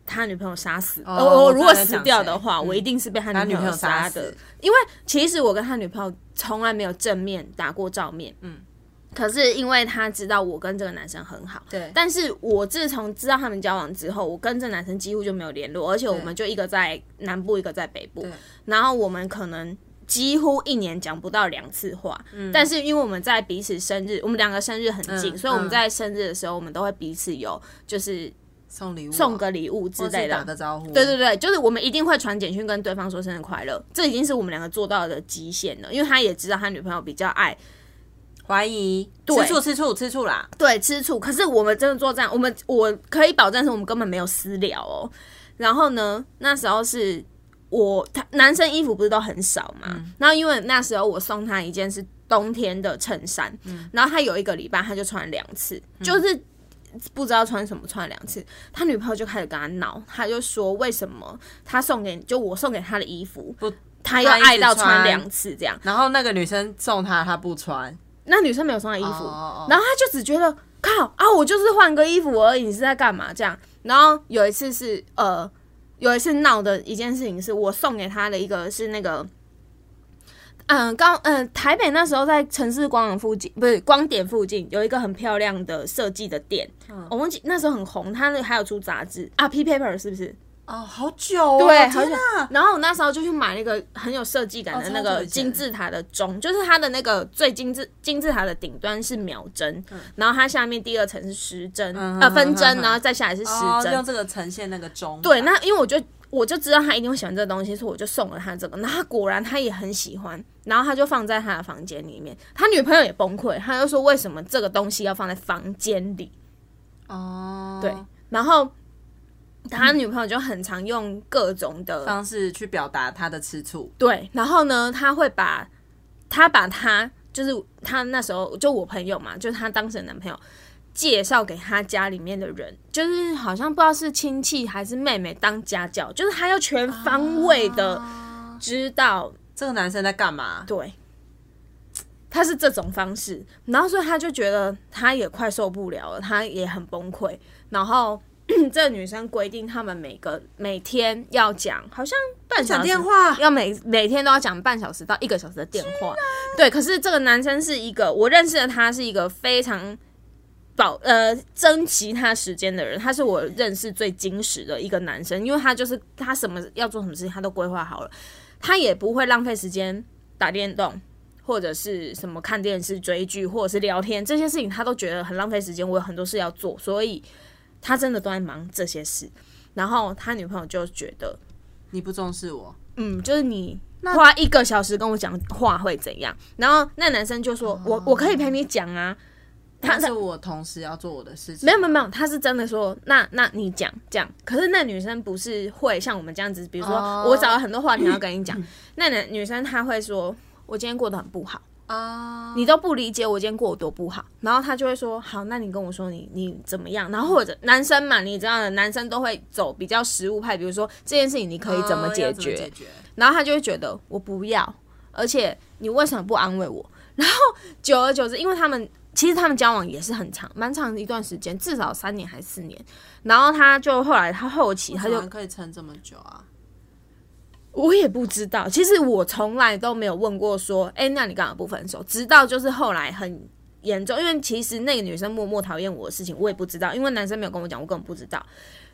Speaker 2: 他女朋友杀死，
Speaker 1: 哦
Speaker 2: 呃我、
Speaker 1: 我知道
Speaker 2: 如果
Speaker 1: 在
Speaker 2: 死
Speaker 1: 讲
Speaker 2: 掉
Speaker 1: 谁嗯
Speaker 2: 的话，我一定是被他
Speaker 1: 他
Speaker 2: 女
Speaker 1: 女
Speaker 2: 朋
Speaker 1: 朋
Speaker 2: 友
Speaker 1: 友
Speaker 2: 杀
Speaker 1: 杀
Speaker 2: 的
Speaker 1: 死。
Speaker 2: 因为其实我跟他女朋友从来没有正面打过照面，嗯
Speaker 1: 嗯，
Speaker 2: 可是因为他知道我跟这个男生很好，
Speaker 1: 对
Speaker 2: 但是我自从知道他们交往之后，我跟这男生几乎就没有联络，而且我们就一个在南部，一个在北部
Speaker 1: 对，
Speaker 2: 然后我们可能。几乎一年讲不到两次话，但是因为我们在彼此生日，我们两个生日很近，
Speaker 1: 嗯
Speaker 2: 所以我们
Speaker 1: 嗯
Speaker 2: 在生日的时候，我们都会彼此有就是
Speaker 1: 送礼物啊、
Speaker 2: 送个礼物之
Speaker 1: 或
Speaker 2: 类
Speaker 1: 是
Speaker 2: 的，
Speaker 1: 打个招呼，
Speaker 2: 对对对，就是我们一定会传简讯跟对方说生日快乐，这已经是我们两个做到的极限了。因为他也知道他女朋友比较爱
Speaker 1: 怀疑，
Speaker 2: 对
Speaker 1: 吃醋吃醋吃醋啦，
Speaker 2: 对吃醋，可是我们真的做这样，我们我可以保证是我们根本没有私聊哦。然后呢，那时候是我他男生衣服不是都很少嘛，
Speaker 1: 嗯
Speaker 2: 然后因为那时候我送他一件是冬天的衬衫，然后他有一个礼拜他就穿两次，
Speaker 1: 嗯
Speaker 2: 就是。不知道穿什么，穿了两次，他女朋友就开始跟他闹，他就说为什么他送给就我送给他的衣服，
Speaker 1: 不
Speaker 2: 他要
Speaker 1: 他一直
Speaker 2: 爱到穿
Speaker 1: 穿
Speaker 2: 两次这样，
Speaker 1: 然后那个女生送他，他不穿，
Speaker 2: 那女生没有穿她衣服，
Speaker 1: 哦哦
Speaker 2: 然后他就只觉得靠啊，我就是换个衣服而已，你是在干嘛这样？然后有一次是呃，有一次闹的一件事情是我送给他的一个是那个。嗯，刚嗯、台北那时候在城市广场附近，不是光点附近有一个很漂亮的设计的店，
Speaker 1: 嗯
Speaker 2: 我忘记那时候很红，它那个还有出杂志啊，P Paper 是不是？
Speaker 1: 哦，好久哦，
Speaker 2: 对，好
Speaker 1: 天
Speaker 2: 久
Speaker 1: 哪，。
Speaker 2: 然后我那时候就去买那个很有设计感的那
Speaker 1: 哦超
Speaker 2: 个
Speaker 1: 久以前
Speaker 2: 金字塔的钟，就是它的那个最金字金字塔的顶端是秒针，然后它下面第二层是时针，
Speaker 1: 嗯
Speaker 2: 呃
Speaker 1: 嗯
Speaker 2: 分针，
Speaker 1: 嗯嗯
Speaker 2: 然后再下来是时
Speaker 1: 哦，
Speaker 2: 针
Speaker 1: 用。这个呈现那个钟，
Speaker 2: 对，那因为我就我就知道他一定会喜欢这个东西，所以我就送了他这个。然后他果然他也很喜欢，然后他就放在他的房间里面。他女朋友也崩溃，他就说为什么这个东西要放在房间里？
Speaker 1: 哦，
Speaker 2: 对，然后他女朋友就很常用各种的
Speaker 1: 方式去表达他的吃醋，
Speaker 2: 对，然后呢，他会把他把他就是他那时候就我朋友嘛，就是他当时的男朋友介绍给他家里面的人，就是好像不知道是亲戚还是妹妹当家教，就是他要全方位的
Speaker 1: 啊
Speaker 2: 知道，
Speaker 1: 这个男生在干嘛？
Speaker 2: 对，他是这种方式，然后所以他就觉得他也快受不了了，他也很崩溃，然后。 <clears throat> 这个女生规定他们每个每天要讲，好像半小
Speaker 1: 讲
Speaker 2: 时
Speaker 1: 电话，
Speaker 2: 要每每天都要讲半小时到一个小时的电话。对，可是这个男生是一个我认识的，他是一个非常保呃珍惜他时间的人，他是我认识最矜持的一个男生，因为他就是他什么要做什么事情他都规划好了，他也不会浪费时间打电动。或者是什么看电视、追剧，或者是聊天，这些事情他都觉得很浪费时间。我有很多事要做，所以他真的都在忙这些事。然后他女朋友就觉得，
Speaker 1: 你不重视我，
Speaker 2: 嗯，就是你花一
Speaker 1: 哦
Speaker 2: 个小时跟我讲话会怎样？然后那男生就说：“我我可以陪你讲啊。”他
Speaker 1: 但
Speaker 2: 他
Speaker 1: 是我同时要做我的事情，
Speaker 2: 没有没有没有，他是真的说，那那你讲这样。可是那女生不是会像我们这样子，比如说、
Speaker 1: 哦嗯
Speaker 2: 我找了很多话题要跟你讲，那女女生她会说，我今天过得很不好，
Speaker 1: 啊，
Speaker 2: 你都不理解我今天过得多不好，然后她就会说，好，那你跟我说你你怎么样，然后或者男生嘛，你知道的，男生都会走比较实务派，比如说这件事情你可以怎么
Speaker 1: 哦
Speaker 2: 解
Speaker 1: 要
Speaker 2: 决，
Speaker 1: 解决？
Speaker 2: 然后他就会觉得我不要，而且你为什么不安慰我？然后久而久之，因为他们其实他们交往也是很长，蛮长的一段时间，至少三年还是四年。然后他就后来他后期他
Speaker 1: 怎
Speaker 2: 就
Speaker 1: 么可以撑这么久啊？
Speaker 2: 我也不知道，其实我从来都没有问过说，哎、那你干嘛不分手？直到就是后来很严重，因为其实那个女生默默讨厌我的事情，我也不知道，因为男生没有跟我讲，我根本不知道。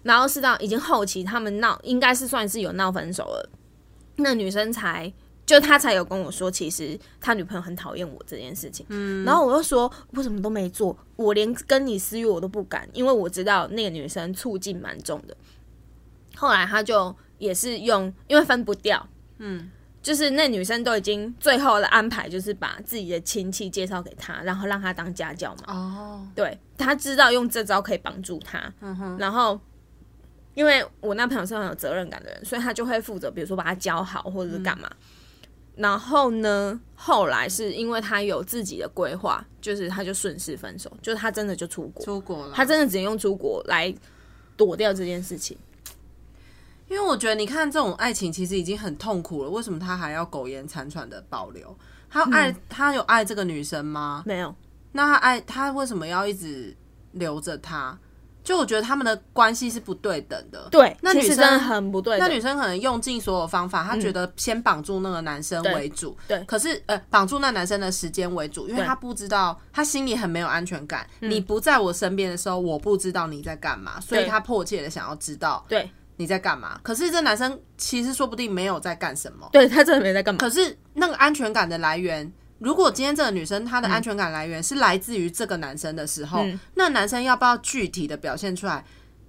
Speaker 2: 然后是到已经后期他们闹，应该是算是有闹分手了，那女生才。就她才有跟我说，其实她女朋友很讨厌我这件事情。嗯，然后我就说，我什么都没做，我连跟你私约我都不敢，因为我知道那个女生醋劲蛮重的。后来他就也是用，因为分不掉，
Speaker 1: 嗯，
Speaker 2: 就是那女生都已经最后的安排就是把自己的亲戚介绍给他，然后让他当家教嘛。
Speaker 1: 哦，
Speaker 2: 对他知道用这招可以帮助他，
Speaker 1: 嗯哼，
Speaker 2: 然后因为我那朋友是很有责任感的人，所以他就会负责，比如说把他教好或者是干嘛。
Speaker 1: 嗯
Speaker 2: 然后呢，后来是因为他有自己的规划，就是他就顺势分手，就是他真的就出国，
Speaker 1: 出国了，
Speaker 2: 他真的只能用出国来躲掉这件事情。
Speaker 1: 因为我觉得你看这种爱情其实已经很痛苦了，为什么他还要苟延残喘的保留？他爱、
Speaker 2: 嗯
Speaker 1: 他有爱这个女生吗？
Speaker 2: 没有，
Speaker 1: 那他爱他为什么要一直留着她？就我觉得他们的关系是不对等的。
Speaker 2: 对，
Speaker 1: 那
Speaker 2: 其
Speaker 1: 女
Speaker 2: 实
Speaker 1: 生
Speaker 2: 真的很不对
Speaker 1: 那
Speaker 2: 等
Speaker 1: 女生可能用尽所有方法，她觉得先绑住那个男生为主，
Speaker 2: 对对
Speaker 1: 可是呃，绑住那男生的时间为主，因为
Speaker 2: 对嗯
Speaker 1: 她不知道，她心里很没有安全感。你不在我身边的时候，我不知道你在干嘛，所以
Speaker 2: 对
Speaker 1: 她迫切的想要知道
Speaker 2: 对
Speaker 1: 你在干嘛。可是这男生其实说不定没有在干什么，
Speaker 2: 对，他真的没在干嘛。
Speaker 1: 可是那个安全感的来源，如果今天这个女生她的安全感来源是来自于这个男生的时候，
Speaker 2: 嗯
Speaker 1: 那男生要不要具体的表现出来？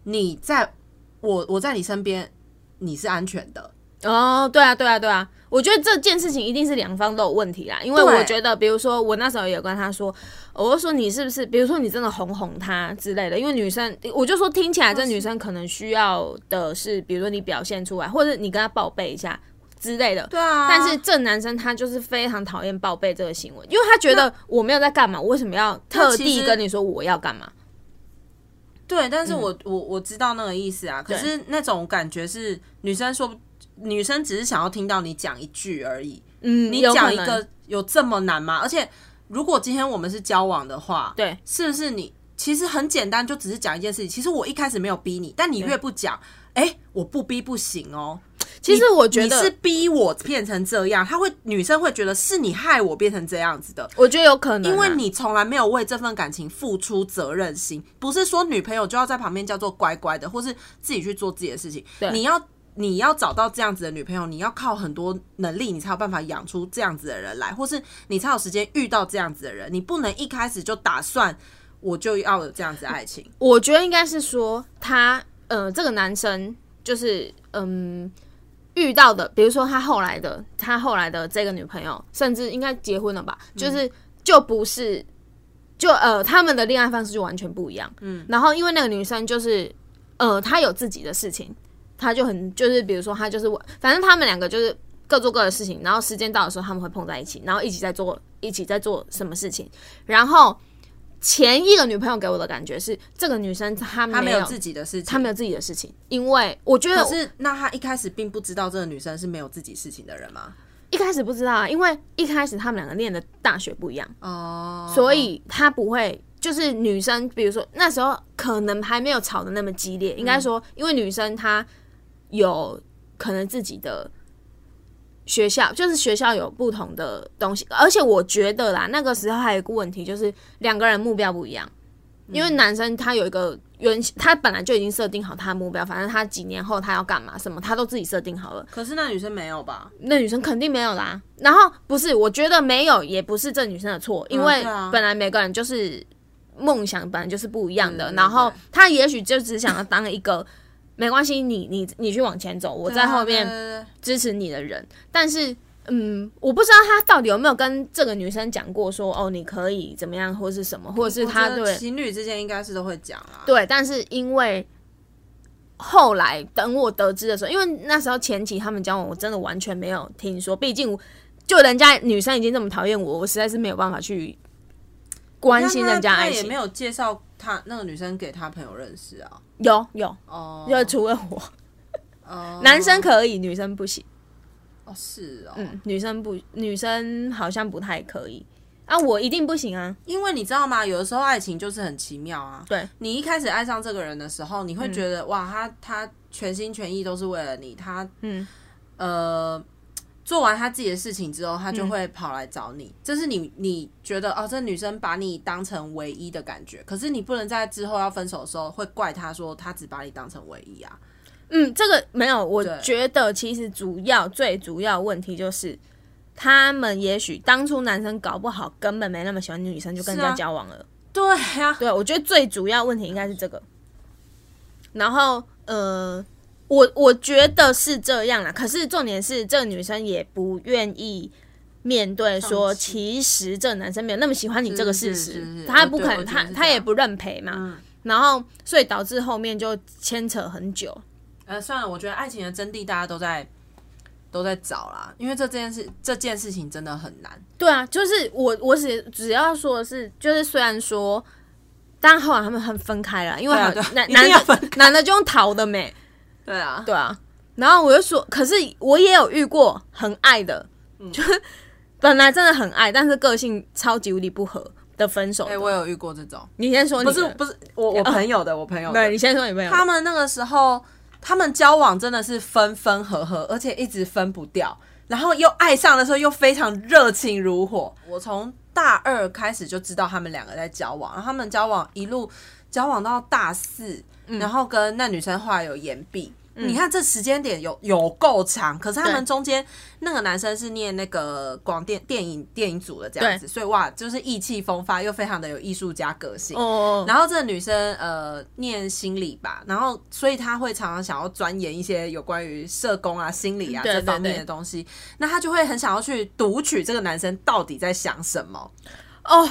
Speaker 1: 你在我我在你身边，你是安全的。
Speaker 2: 哦，对啊，对啊，对啊，我觉得这件事情一定是两方都有问题啦，因为
Speaker 1: 对
Speaker 2: 我觉得，比如说我那时候也跟他说，我就说你是不是，比如说你真的哄哄他之类的，因为女生，我就说听起来这女生可能需要的是，比如说你表现出来，或者你跟她报备一下之类的。
Speaker 1: 对啊
Speaker 2: 但是这男生他就是非常讨厌报备这个行为，因为他觉得我没有在干嘛，我为什么要特
Speaker 1: 其
Speaker 2: 地
Speaker 1: 实
Speaker 2: 跟你说我要干嘛？
Speaker 1: 对，但是我、我我知道那个意思啊。可
Speaker 2: 对
Speaker 1: 是那种感觉是女生说不，女生只是想要听到你讲一句而已。
Speaker 2: 嗯，
Speaker 1: 你
Speaker 2: 有可
Speaker 1: 讲一
Speaker 2: 能
Speaker 1: 个有这么难吗？而且如果今天我们是交往的话，
Speaker 2: 对，
Speaker 1: 是不是你其实很简单，就只是讲一件事情。其实我一开始没有逼你，但你越不讲，哎、我不逼不行哦。
Speaker 2: 其实我觉
Speaker 1: 你
Speaker 2: 得
Speaker 1: 是逼我变成这样，他会女生会觉得是你害我变成这样子的，
Speaker 2: 我觉得有可能啊、
Speaker 1: 因为你从来没有为这份感情付出责任心。不是说女朋友就要在旁边叫做乖乖的，或是自己去做自己的事情
Speaker 2: 对。
Speaker 1: 你要你要找到这样子的女朋友，你要靠很多能力，你才有办法养出这样子的人来，或是你才有时间遇到这样子的人。你不能一开始就打算我就要有这样子的爱情。
Speaker 2: 我觉得应该是说他，呃，这个男生就是，嗯，遇到的，比如说他后来的，他后来的这个女朋友，甚至应该结婚了吧，就是就不是，就呃，他们的恋爱方式就完全不一样。嗯，然后因为那个女生就是，呃，她有自己的事情，她就很就是，比如说她就是，反正他们两个就是各做各的事情，然后时间到的时候他们会碰在一起，然后一起在做一起在做什么事情，然后。前一个女朋友给我的感觉是，这个女生她
Speaker 1: 他没
Speaker 2: 没有
Speaker 1: 有自己的事情，
Speaker 2: 她没有自己的事情，因为我觉得
Speaker 1: 可是那他一开始并不知道这个女生是没有自己事情的人吗？
Speaker 2: 一开始不知道啊，因为一开始他们两个念的大学不一样，
Speaker 1: 哦，
Speaker 2: 所以他不会。就是女生，比如说那时候可能还没有吵得那么激
Speaker 1: 嗯
Speaker 2: 烈，应该说，因为女生她有可能自己的学校，就是学校有不同的东西，而且我觉得啦，那个时候还有一个问题，就是两个人目标不一样，因
Speaker 1: 嗯
Speaker 2: 为男生他有一个原，他本来就已经设定好他的目标，反正他几年后他要干嘛什么，他都自己设定好了。
Speaker 1: 可是那女生没有吧？
Speaker 2: 那女生肯定没有啦。然后不是，我觉得没有也不是这女生的错，因为
Speaker 1: 对啊
Speaker 2: 本来每个人就是梦想本来就是不一样的。
Speaker 1: 嗯
Speaker 2: 然后
Speaker 1: 对
Speaker 2: 她也许就只想要当一个 <laughs> 没关系，你你你去往前走，我在后面
Speaker 1: 啊对对对
Speaker 2: 支持你的人。但是嗯，我不知道他到底有没有跟这个女生讲过说哦，你可以怎么样，或是什么，或者是他
Speaker 1: 我觉得
Speaker 2: 对
Speaker 1: 情侣之间应该是都会讲啊。
Speaker 2: 对，但是因为后来等我得知的时候，因为那时候前期他们交往，我真的完全没有听说，毕竟就人家女生已经这么讨厌我，我实在是没有办法去关心人家
Speaker 1: 那他
Speaker 2: 爱
Speaker 1: 也
Speaker 2: 情
Speaker 1: 没。有介绍他那个女生给他朋友认识啊。
Speaker 2: 有有，
Speaker 1: 哦，
Speaker 2: 就是除了我，
Speaker 1: 哦
Speaker 2: 男生可以，女生不行。
Speaker 1: 哦是哦，
Speaker 2: 嗯，女生不，女生好像不太可以。啊，我一定不行啊！
Speaker 1: 因为你知道吗？有的时候爱情就是很奇妙啊。
Speaker 2: 对，嗯
Speaker 1: 你一开始爱上这个人的时候，你会觉得、哇，他他全心全意都是为了你，他
Speaker 2: 嗯，
Speaker 1: 呃做完他自己的事情之后，他
Speaker 2: 嗯
Speaker 1: 就会跑来找你。这是你你觉得哦，这女生把你当成唯一的感觉，可是你不能在之后要分手的时候会怪她说她只把你当成唯一啊。
Speaker 2: 嗯，这个没有，我
Speaker 1: 对
Speaker 2: 觉得其实主要最主要问题就是，他们也许当初男生搞不好根本没那么喜欢女生，就跟人
Speaker 1: 是
Speaker 2: 家
Speaker 1: 啊
Speaker 2: 交往了。
Speaker 1: 对啊呀、
Speaker 2: 对，我觉得最主要问题应该是这个。然后，呃，我我觉得是这样啦。可是重点是，这个女生也不愿意面对说，
Speaker 1: 放弃
Speaker 2: 其实这个男生没有那么喜欢你这个事
Speaker 1: 是是
Speaker 2: 实
Speaker 1: 是，
Speaker 2: 她
Speaker 1: 我
Speaker 2: 不
Speaker 1: 对
Speaker 2: 肯，
Speaker 1: 我觉得
Speaker 2: 她
Speaker 1: 是这
Speaker 2: 她也
Speaker 1: 样嗯
Speaker 2: 不认赔嘛。然后，所以导致后面就牵扯很久。
Speaker 1: 呃，算了，我觉得爱情的真谛大家都在都在找啦，因为这件事这件事情真的很难。
Speaker 2: 对啊，就是我我只只要说的是，就是虽然说，但后来他们很分开了，因为
Speaker 1: 对啊
Speaker 2: 好
Speaker 1: 对啊
Speaker 2: 男
Speaker 1: 一定
Speaker 2: 男
Speaker 1: 要分
Speaker 2: 的男的就用逃的美。
Speaker 1: 对啊，
Speaker 2: 对啊，然后我就说，可是我也有遇过很爱的， <laughs> 就是本来真的很爱，但是个性超级无敌不合的分手
Speaker 1: 哎、
Speaker 2: 的。
Speaker 1: 我有遇过这种，
Speaker 2: 你先说你
Speaker 1: 不
Speaker 2: 的，
Speaker 1: 是不是我我朋友的，我朋友的
Speaker 2: 对，你先说你朋友。哦
Speaker 1: 他们那个时候，他们交往真的是分分合合，而且一直分不掉。然后又爱上的时候又非常热情如火。我从大二开始就知道他们两个在交往，然后他们交往一路交往到大四，然后跟那女生后来有延毕。你看这时间点有有够长，可是他们
Speaker 2: 对
Speaker 1: 中间那个男生是念那个广电电影电影组的这样子，所以哇，就是意气风发，又非常的有艺术家个性。
Speaker 2: 哦，
Speaker 1: 然后这个女生呃念心理吧，然后所以她会常常想要钻研一些有关于社工啊、心理啊
Speaker 2: 对
Speaker 1: 这方面
Speaker 2: 对
Speaker 1: 的
Speaker 2: 对
Speaker 1: 东西，那她就会很想要去读取这个男生到底在想什么。
Speaker 2: 哦，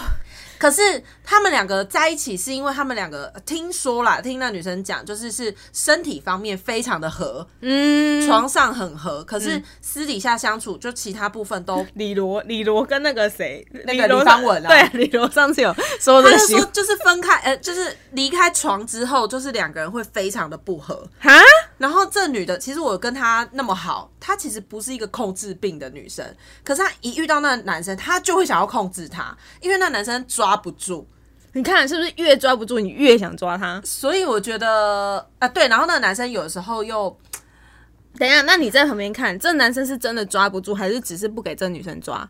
Speaker 1: 可是他们两个在一起，是因为他们两个呃听说啦，听那女生讲，就是是身体方面非常的合，
Speaker 2: 嗯，
Speaker 1: 床上很合，可是私底下相处就其他部分
Speaker 2: <laughs>
Speaker 1: 都
Speaker 2: 李罗，李罗跟那个谁，那
Speaker 1: 个李方文啊
Speaker 2: 对，李罗上次有说这
Speaker 1: 他
Speaker 2: 个
Speaker 1: 就
Speaker 2: 新
Speaker 1: 说 <laughs> 就是分开，呃，就是离开床之后，就是两个人会非常的不合。
Speaker 2: 哈，
Speaker 1: 然后这女的，其实我跟她那么好，她其实不是一个控制病的女生，可是她一遇到那男生，她就会想要控制他，因为那男生抓不住。
Speaker 2: 你看是不是越抓不住，你越想抓他？
Speaker 1: 所以我觉得啊，对，然后那个男生有时候又
Speaker 2: 等一下，那你在旁边看，这男生是真的抓不住，还是只是不给这女生抓？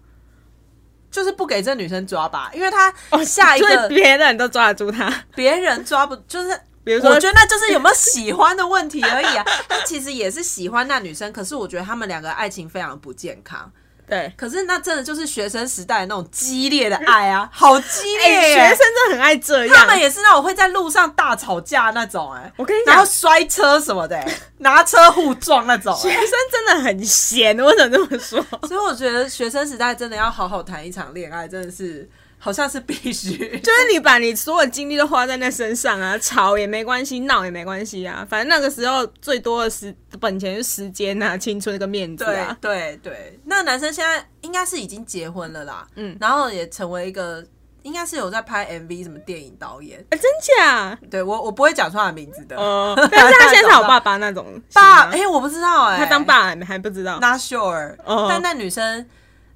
Speaker 1: 就是不给这女生抓吧，因为他
Speaker 2: 哦
Speaker 1: 哦下一
Speaker 2: 所以
Speaker 1: 个
Speaker 2: 别人都抓得住他，
Speaker 1: 别人抓不，就是
Speaker 2: 比如说
Speaker 1: 我觉得那就是有没有喜欢的问题而已啊。 <laughs> 他其实也是喜欢那女生，可是我觉得他们两个爱情非常不健康。
Speaker 2: 对，
Speaker 1: 可是那真的就是学生时代的那种激烈的爱啊，好激烈、
Speaker 2: 哎、
Speaker 1: 耶
Speaker 2: 学生真的很爱这
Speaker 1: <laughs>
Speaker 2: 样。
Speaker 1: 他们也是那种会在路上大吵架那种、哎，
Speaker 2: 我跟你讲
Speaker 1: 然后摔车什么的、
Speaker 2: <laughs>
Speaker 1: 哎拿车互撞那种、
Speaker 2: 学
Speaker 1: 哎
Speaker 2: 生真的很闲，我只能这么说。
Speaker 1: 所以我觉得学生时代真的要好好谈一场恋爱，真的是好像是必须。
Speaker 2: 就是你把你所有精力都花在那身上啊，吵也没关系，闹也没关系啊，反正那个时候最多的时本钱是时间啊、青春跟面子
Speaker 1: 对
Speaker 2: 啊。
Speaker 1: 对对，那男生现在应该是已经结婚了啦，嗯，然后也成为一个应该是有在拍 MV 什么电影导演，
Speaker 2: 哎、真假？
Speaker 1: 对我我不会讲出他的名字的， <laughs>
Speaker 2: 哦、但是他现在是好爸爸那种
Speaker 1: 爸，哎、
Speaker 2: 是吗
Speaker 1: 我不知道哎、
Speaker 2: 他当爸还没还不知道。
Speaker 1: ，not sure，、
Speaker 2: 哦
Speaker 1: 但那女生，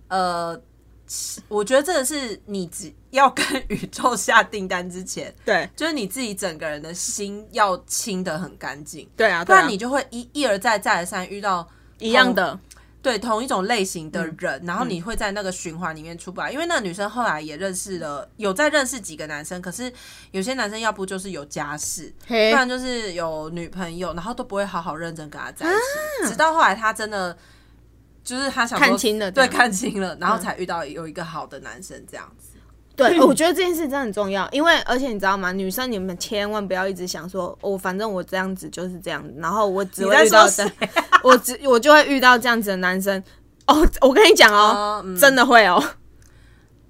Speaker 1: 呃，我觉得这个是你只要跟宇宙下订单之前，
Speaker 2: 对
Speaker 1: 就是你自己整个人的心要清的很干净，
Speaker 2: 对啊，
Speaker 1: 不
Speaker 2: 对啊
Speaker 1: 然你就会一一而再再而三遇到
Speaker 2: 一样的。嗯
Speaker 1: 对同一种类型的人，然后你会在那个循环里面出不来。因为那个女生后来也认识了，有在认识几个男生，可是有些男生要不就是有家室，
Speaker 2: 嘿
Speaker 1: 不然就是有女朋友，然后都不会好好认真跟他在一起，直到后来他真的就是他想说
Speaker 2: 啊看清了这
Speaker 1: 对，
Speaker 2: 样嗯
Speaker 1: 看清了，然后才遇到有一个好的男生这样子。 <laughs>
Speaker 2: 对，我觉得这件事真的很重要，因为而且你知道吗，女生你们千万不要一直想说，哦，反正我这样子就是这样，然后我只
Speaker 1: 你在
Speaker 2: <laughs> 会遇
Speaker 1: 说
Speaker 2: 到这
Speaker 1: 谁，
Speaker 2: 我只我就会遇到这样子的男生。哦，我跟你讲哦
Speaker 1: <laughs> 哦，嗯
Speaker 2: <laughs> 真的会哦，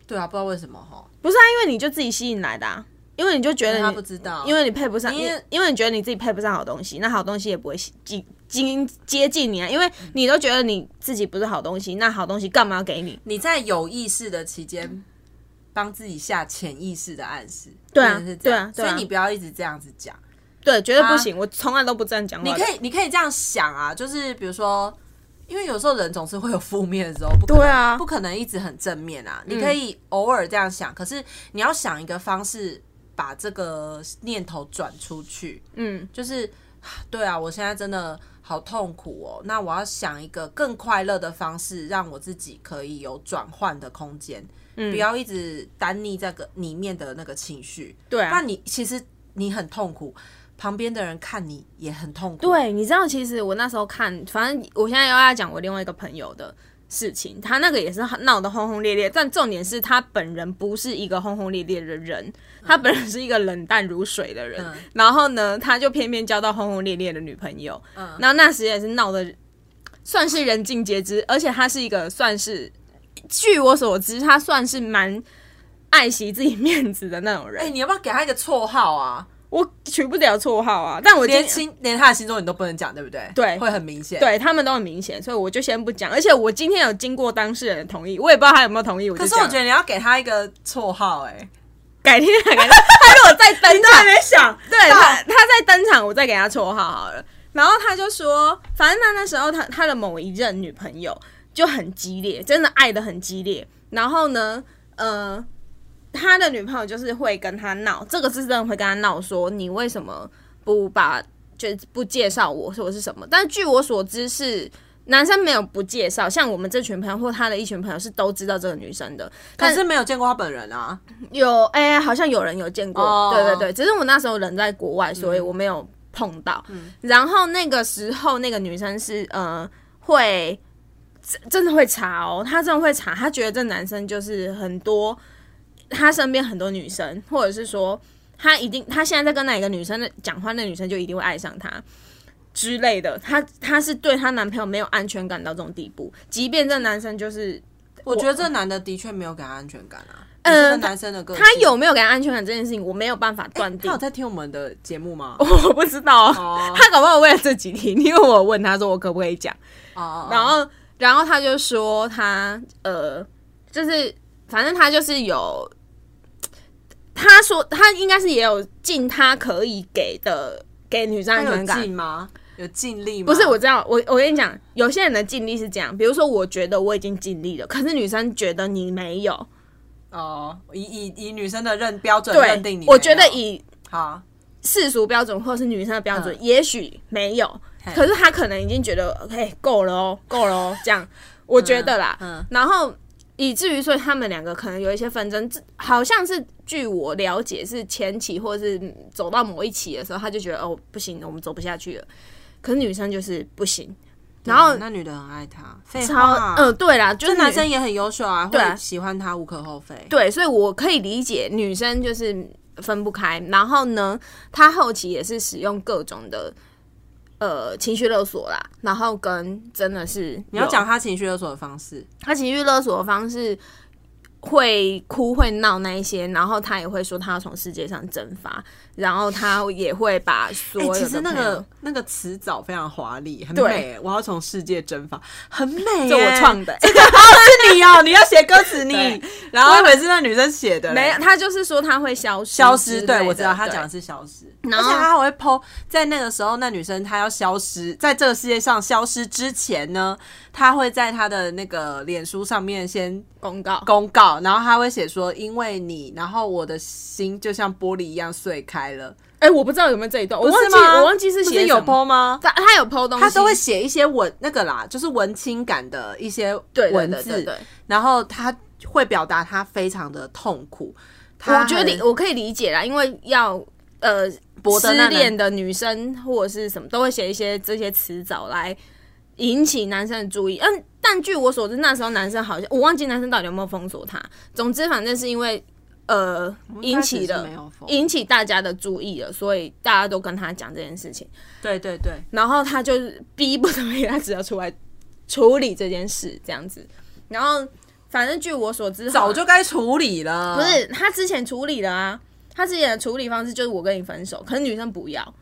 Speaker 1: 对啊，不知道为什么哈，
Speaker 2: 不是啊，因为你就自己吸引来的、啊，因为你就觉得
Speaker 1: 他
Speaker 2: 你
Speaker 1: 不知道，
Speaker 2: 因为你配不上，
Speaker 1: 因
Speaker 2: 因
Speaker 1: 为
Speaker 2: 为因为你觉得你自己配不上好东西，那好东西也不会吸近近接近你啊，
Speaker 1: 嗯
Speaker 2: 因为你都觉得你自己不是好东西，那好东西干嘛要给你？
Speaker 1: 你在有意识的期间帮自己下潜意识的暗示，
Speaker 2: 对啊
Speaker 1: 变成是这样
Speaker 2: 对啊对
Speaker 1: 所
Speaker 2: 啊
Speaker 1: 以你不要一直这样子讲，
Speaker 2: 对，绝对不
Speaker 1: 啊
Speaker 2: 行，我从来都不这样讲话
Speaker 1: 你
Speaker 2: 的。
Speaker 1: 可以你可以这样想啊，就是比如说。因为有时候人总是会有负面的时候，不可能
Speaker 2: 对啊嗯
Speaker 1: 不可能一直很正面啊。你可以偶尔这样想，可是你要想一个方式把这个念头转出去。
Speaker 2: 嗯，
Speaker 1: 就是对啊，我现在真的好痛苦哦。那我要想一个更快乐的方式，让我自己可以有转换的空间，
Speaker 2: 嗯
Speaker 1: 不要一直单溺在个里面的那个情绪。
Speaker 2: 对
Speaker 1: 那
Speaker 2: 啊，
Speaker 1: 你其实你很痛苦，旁边的人看你也很痛苦。
Speaker 2: 对，你知道，其实我那时候看，反正我现在又要讲我另外一个朋友的事情，他那个也是很闹得轰轰烈烈，但重点是他本人不是一个轰轰烈烈的人，他本人是一个冷淡如水的人。
Speaker 1: 嗯
Speaker 2: <laughs> 然后呢，他就偏偏交到轰轰烈烈的女朋友，
Speaker 1: 嗯
Speaker 2: 然后那时也是闹得算是人尽皆知，而且他是一个算是，据我所知，他算是蛮爱惜自己面子的那种人。
Speaker 1: 哎、你要不要给他一个绰号啊？
Speaker 2: 我取不了绰号啊，但我今
Speaker 1: 连
Speaker 2: 天。
Speaker 1: 星连他的星座你都不能讲，对不对？
Speaker 2: 对
Speaker 1: 会很明显。。
Speaker 2: 对他们都很明显，所以我就先不讲。而且我今天有经过当事人的同意，我也不知道他有没有同意。
Speaker 1: 可
Speaker 2: 可
Speaker 1: 是我觉得你要给他一个绰号、哎，
Speaker 2: 改天，改天，他如果再登场，
Speaker 1: 没想
Speaker 2: 对他他在登场，我再给他绰号好了。然后他就说，反正他那时候他他的某一任女朋友就很激烈，真的爱的很激烈。然后呢，呃，他的女朋友就是会跟他闹，这个是真的会跟他闹，说你为什么不把就不介绍我，说我是什么？但据我所知是。男生没有不介绍，像我们这群朋友或他的一群朋友是都知道这个女生的，
Speaker 1: 可是没有见过他本人啊。
Speaker 2: 有哎、好像有人有见过，
Speaker 1: 哦
Speaker 2: 对对对，只是我那时候人在国外，所以我没有碰到。然后那个时候那个女生是呃会真真的会查哦，她真的会查，她觉得这男生就是很多她身边很多女生，或者是说她一定她现在在跟哪一个女生的讲话，那女生就一定会爱上他。之类的，她她是对她男朋友没有安全感到这种地步，即便这男生就是
Speaker 1: 我觉得这男的的确没有给他安全感啊。
Speaker 2: 嗯
Speaker 1: 嗯，男生的个性
Speaker 2: 他有没有给他安全感这件事情，我没有办法断定。
Speaker 1: 他有在听我们的节目吗？
Speaker 2: <laughs> 我不知道，啊
Speaker 1: 哦
Speaker 2: 他搞不好为了这几题，因为我问他说我可不可以讲，
Speaker 1: 哦，
Speaker 2: 然后然后他就说他呃，就是反正他就是有，他说他应该是也有尽他可以给的给女生
Speaker 1: 他
Speaker 2: 安全
Speaker 1: 有
Speaker 2: 感，
Speaker 1: 尽吗？有尽力吗？
Speaker 2: 不是，我知道，我我跟你讲，有些人的尽力是这样，比如说我觉得我已经尽力了，可是女生觉得你没有，
Speaker 1: 哦，以以以女生的认标准认定
Speaker 2: 对
Speaker 1: 你没，有，
Speaker 2: 我觉得以
Speaker 1: 好，
Speaker 2: 世俗标准或者是女生的标准，
Speaker 1: 嗯
Speaker 2: 也许没有，
Speaker 1: 嘿
Speaker 2: 可是他可能已经觉得，嘿，够了哦，够了哦，这样，我觉得啦。
Speaker 1: 嗯
Speaker 2: 然后以至于，所以他们两个可能有一些纷争，这好像是据我了解是前期或是走到某一期的时候，他就觉得哦，不行，我们走不下去了。可是女生就是不行，然后
Speaker 1: 啊嗯那女的很爱他，废
Speaker 2: 超
Speaker 1: 话，
Speaker 2: 嗯、，对啦，就是
Speaker 1: 这
Speaker 2: 女
Speaker 1: 男生也很优秀啊，
Speaker 2: 对啊
Speaker 1: 会喜欢他无可厚非。
Speaker 2: 对，所以我可以理解女生就是分不开。然后呢，她后期也是使用各种的呃情绪勒索啦，然后跟真的是
Speaker 1: 你要
Speaker 2: 有
Speaker 1: 讲他情绪勒索的方式，
Speaker 2: 她情绪勒索的方式。会哭会闹那一些，然后她也会说她要从世界上蒸发，然后她也会把所
Speaker 1: 哎、
Speaker 2: 有的、
Speaker 1: 其实那个那个词藻非常华丽，很
Speaker 2: 对
Speaker 1: 美。我要从世界蒸发，很美耶。
Speaker 2: <laughs> 这我创的、
Speaker 1: 是你哦，你 <laughs> 要写歌词你
Speaker 2: 对。
Speaker 1: 然后我以为是那女生写的嘞，
Speaker 2: 没有，她就是说她会消失
Speaker 1: 消
Speaker 2: 之
Speaker 1: 失，
Speaker 2: 类
Speaker 1: 对我
Speaker 2: 的
Speaker 1: 知道他
Speaker 2: 对
Speaker 1: 讲的是消失，
Speaker 2: 然
Speaker 1: 而
Speaker 2: 后
Speaker 1: 且他还会 PO 在那个时候，那女生她要消失，在这个世界上消失之前呢，她会在她的那个脸书上面先
Speaker 2: 公告，
Speaker 1: 公告，然后她会写说，因为你，然后我的心就像玻璃一样碎开了，
Speaker 2: 哎、我不知道有没有这一段，我
Speaker 1: 不
Speaker 2: 忘
Speaker 1: 是
Speaker 2: 记
Speaker 1: 吗？
Speaker 2: 我忘记
Speaker 1: 不是
Speaker 2: 写
Speaker 1: 有
Speaker 2: 什么
Speaker 1: PO 吗？
Speaker 2: 他他有抛东西，
Speaker 1: 他都会写一些文那个啦，就是文青感的一些
Speaker 2: 对对
Speaker 1: 文
Speaker 2: 对
Speaker 1: 字，
Speaker 2: 对对，
Speaker 1: 然后他会表达他非常的痛苦。他
Speaker 2: 我觉得
Speaker 1: 很
Speaker 2: 理我可以理解啦，因为要呃
Speaker 1: 博得那
Speaker 2: 失
Speaker 1: 男
Speaker 2: 恋的女生或者是什么，都会写一些这些词藻来引起男生的注意。嗯，但据我所知，那时候男生好像我忘记男生到底有没有封锁他，总之反正是因为呃引起
Speaker 1: 开始
Speaker 2: 了
Speaker 1: 是没有封
Speaker 2: 引起大家的注意了，所以大家都跟他讲这件事情。
Speaker 1: 对对对，
Speaker 2: 然后他就是逼不得已，他只要出来处理这件事，这样子。然后，反正据我所知，
Speaker 1: 早就该处理了。
Speaker 2: 不，是他之前处理了啊，他之前的处理方式就是我跟你分手，可是女生不要，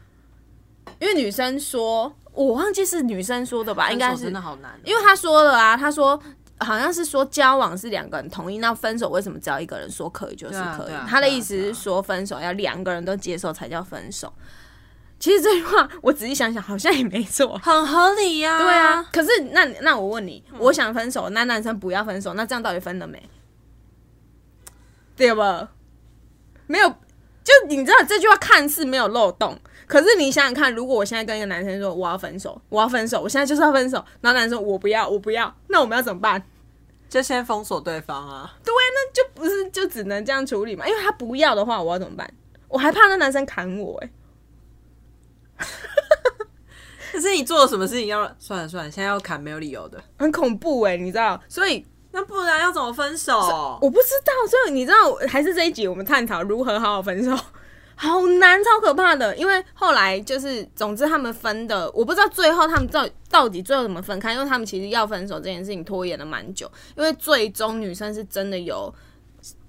Speaker 2: 因为女生说，我忘记是女生说的吧，应该是
Speaker 1: 真的好难哦、
Speaker 2: 因为他说了啊，他说好像是说交往是两个人同意，那分手为什么只要一个人说可以就是
Speaker 1: 对啊
Speaker 2: 可以？
Speaker 1: 对啊
Speaker 2: 他的
Speaker 1: 对啊
Speaker 2: 意思
Speaker 1: 对
Speaker 2: 是
Speaker 1: 啊
Speaker 2: 说分手要两个人都接受才叫分手。其实这句话我仔细想想，好像也没错。
Speaker 1: 很合理呀、
Speaker 2: 对啊，，可是那那我问你，我想分手，那男生不要分手，那这样到底分了没？对吧？没有，就你知道这句话看似没有漏洞，可是你想想看，如果我现在跟一个男生说我要分手，我要分手，我现在就是要分手，然后男生说我不要，我不要，那我们要怎么办？
Speaker 1: 就先封锁对方啊。
Speaker 2: 对，那就不是就只能这样处理嘛？因为他不要的话，我要怎么办？我还怕那男生砍我、欸，
Speaker 1: 可是你做了什么事情要算了算了，现在要砍没有理由的，
Speaker 2: 很恐怖哎、欸你知道？所以
Speaker 1: 那不然要怎么分手？
Speaker 2: 我不知道，所以你知道，还是这一集我们探讨如何好好分手， <laughs> 好难，超可怕的。因为后来就是，总之他们分的，我不知道最后他们到到底最后怎么分开，因为他们其实要分手这件事情拖延了蛮久，因为最终女生是真的有。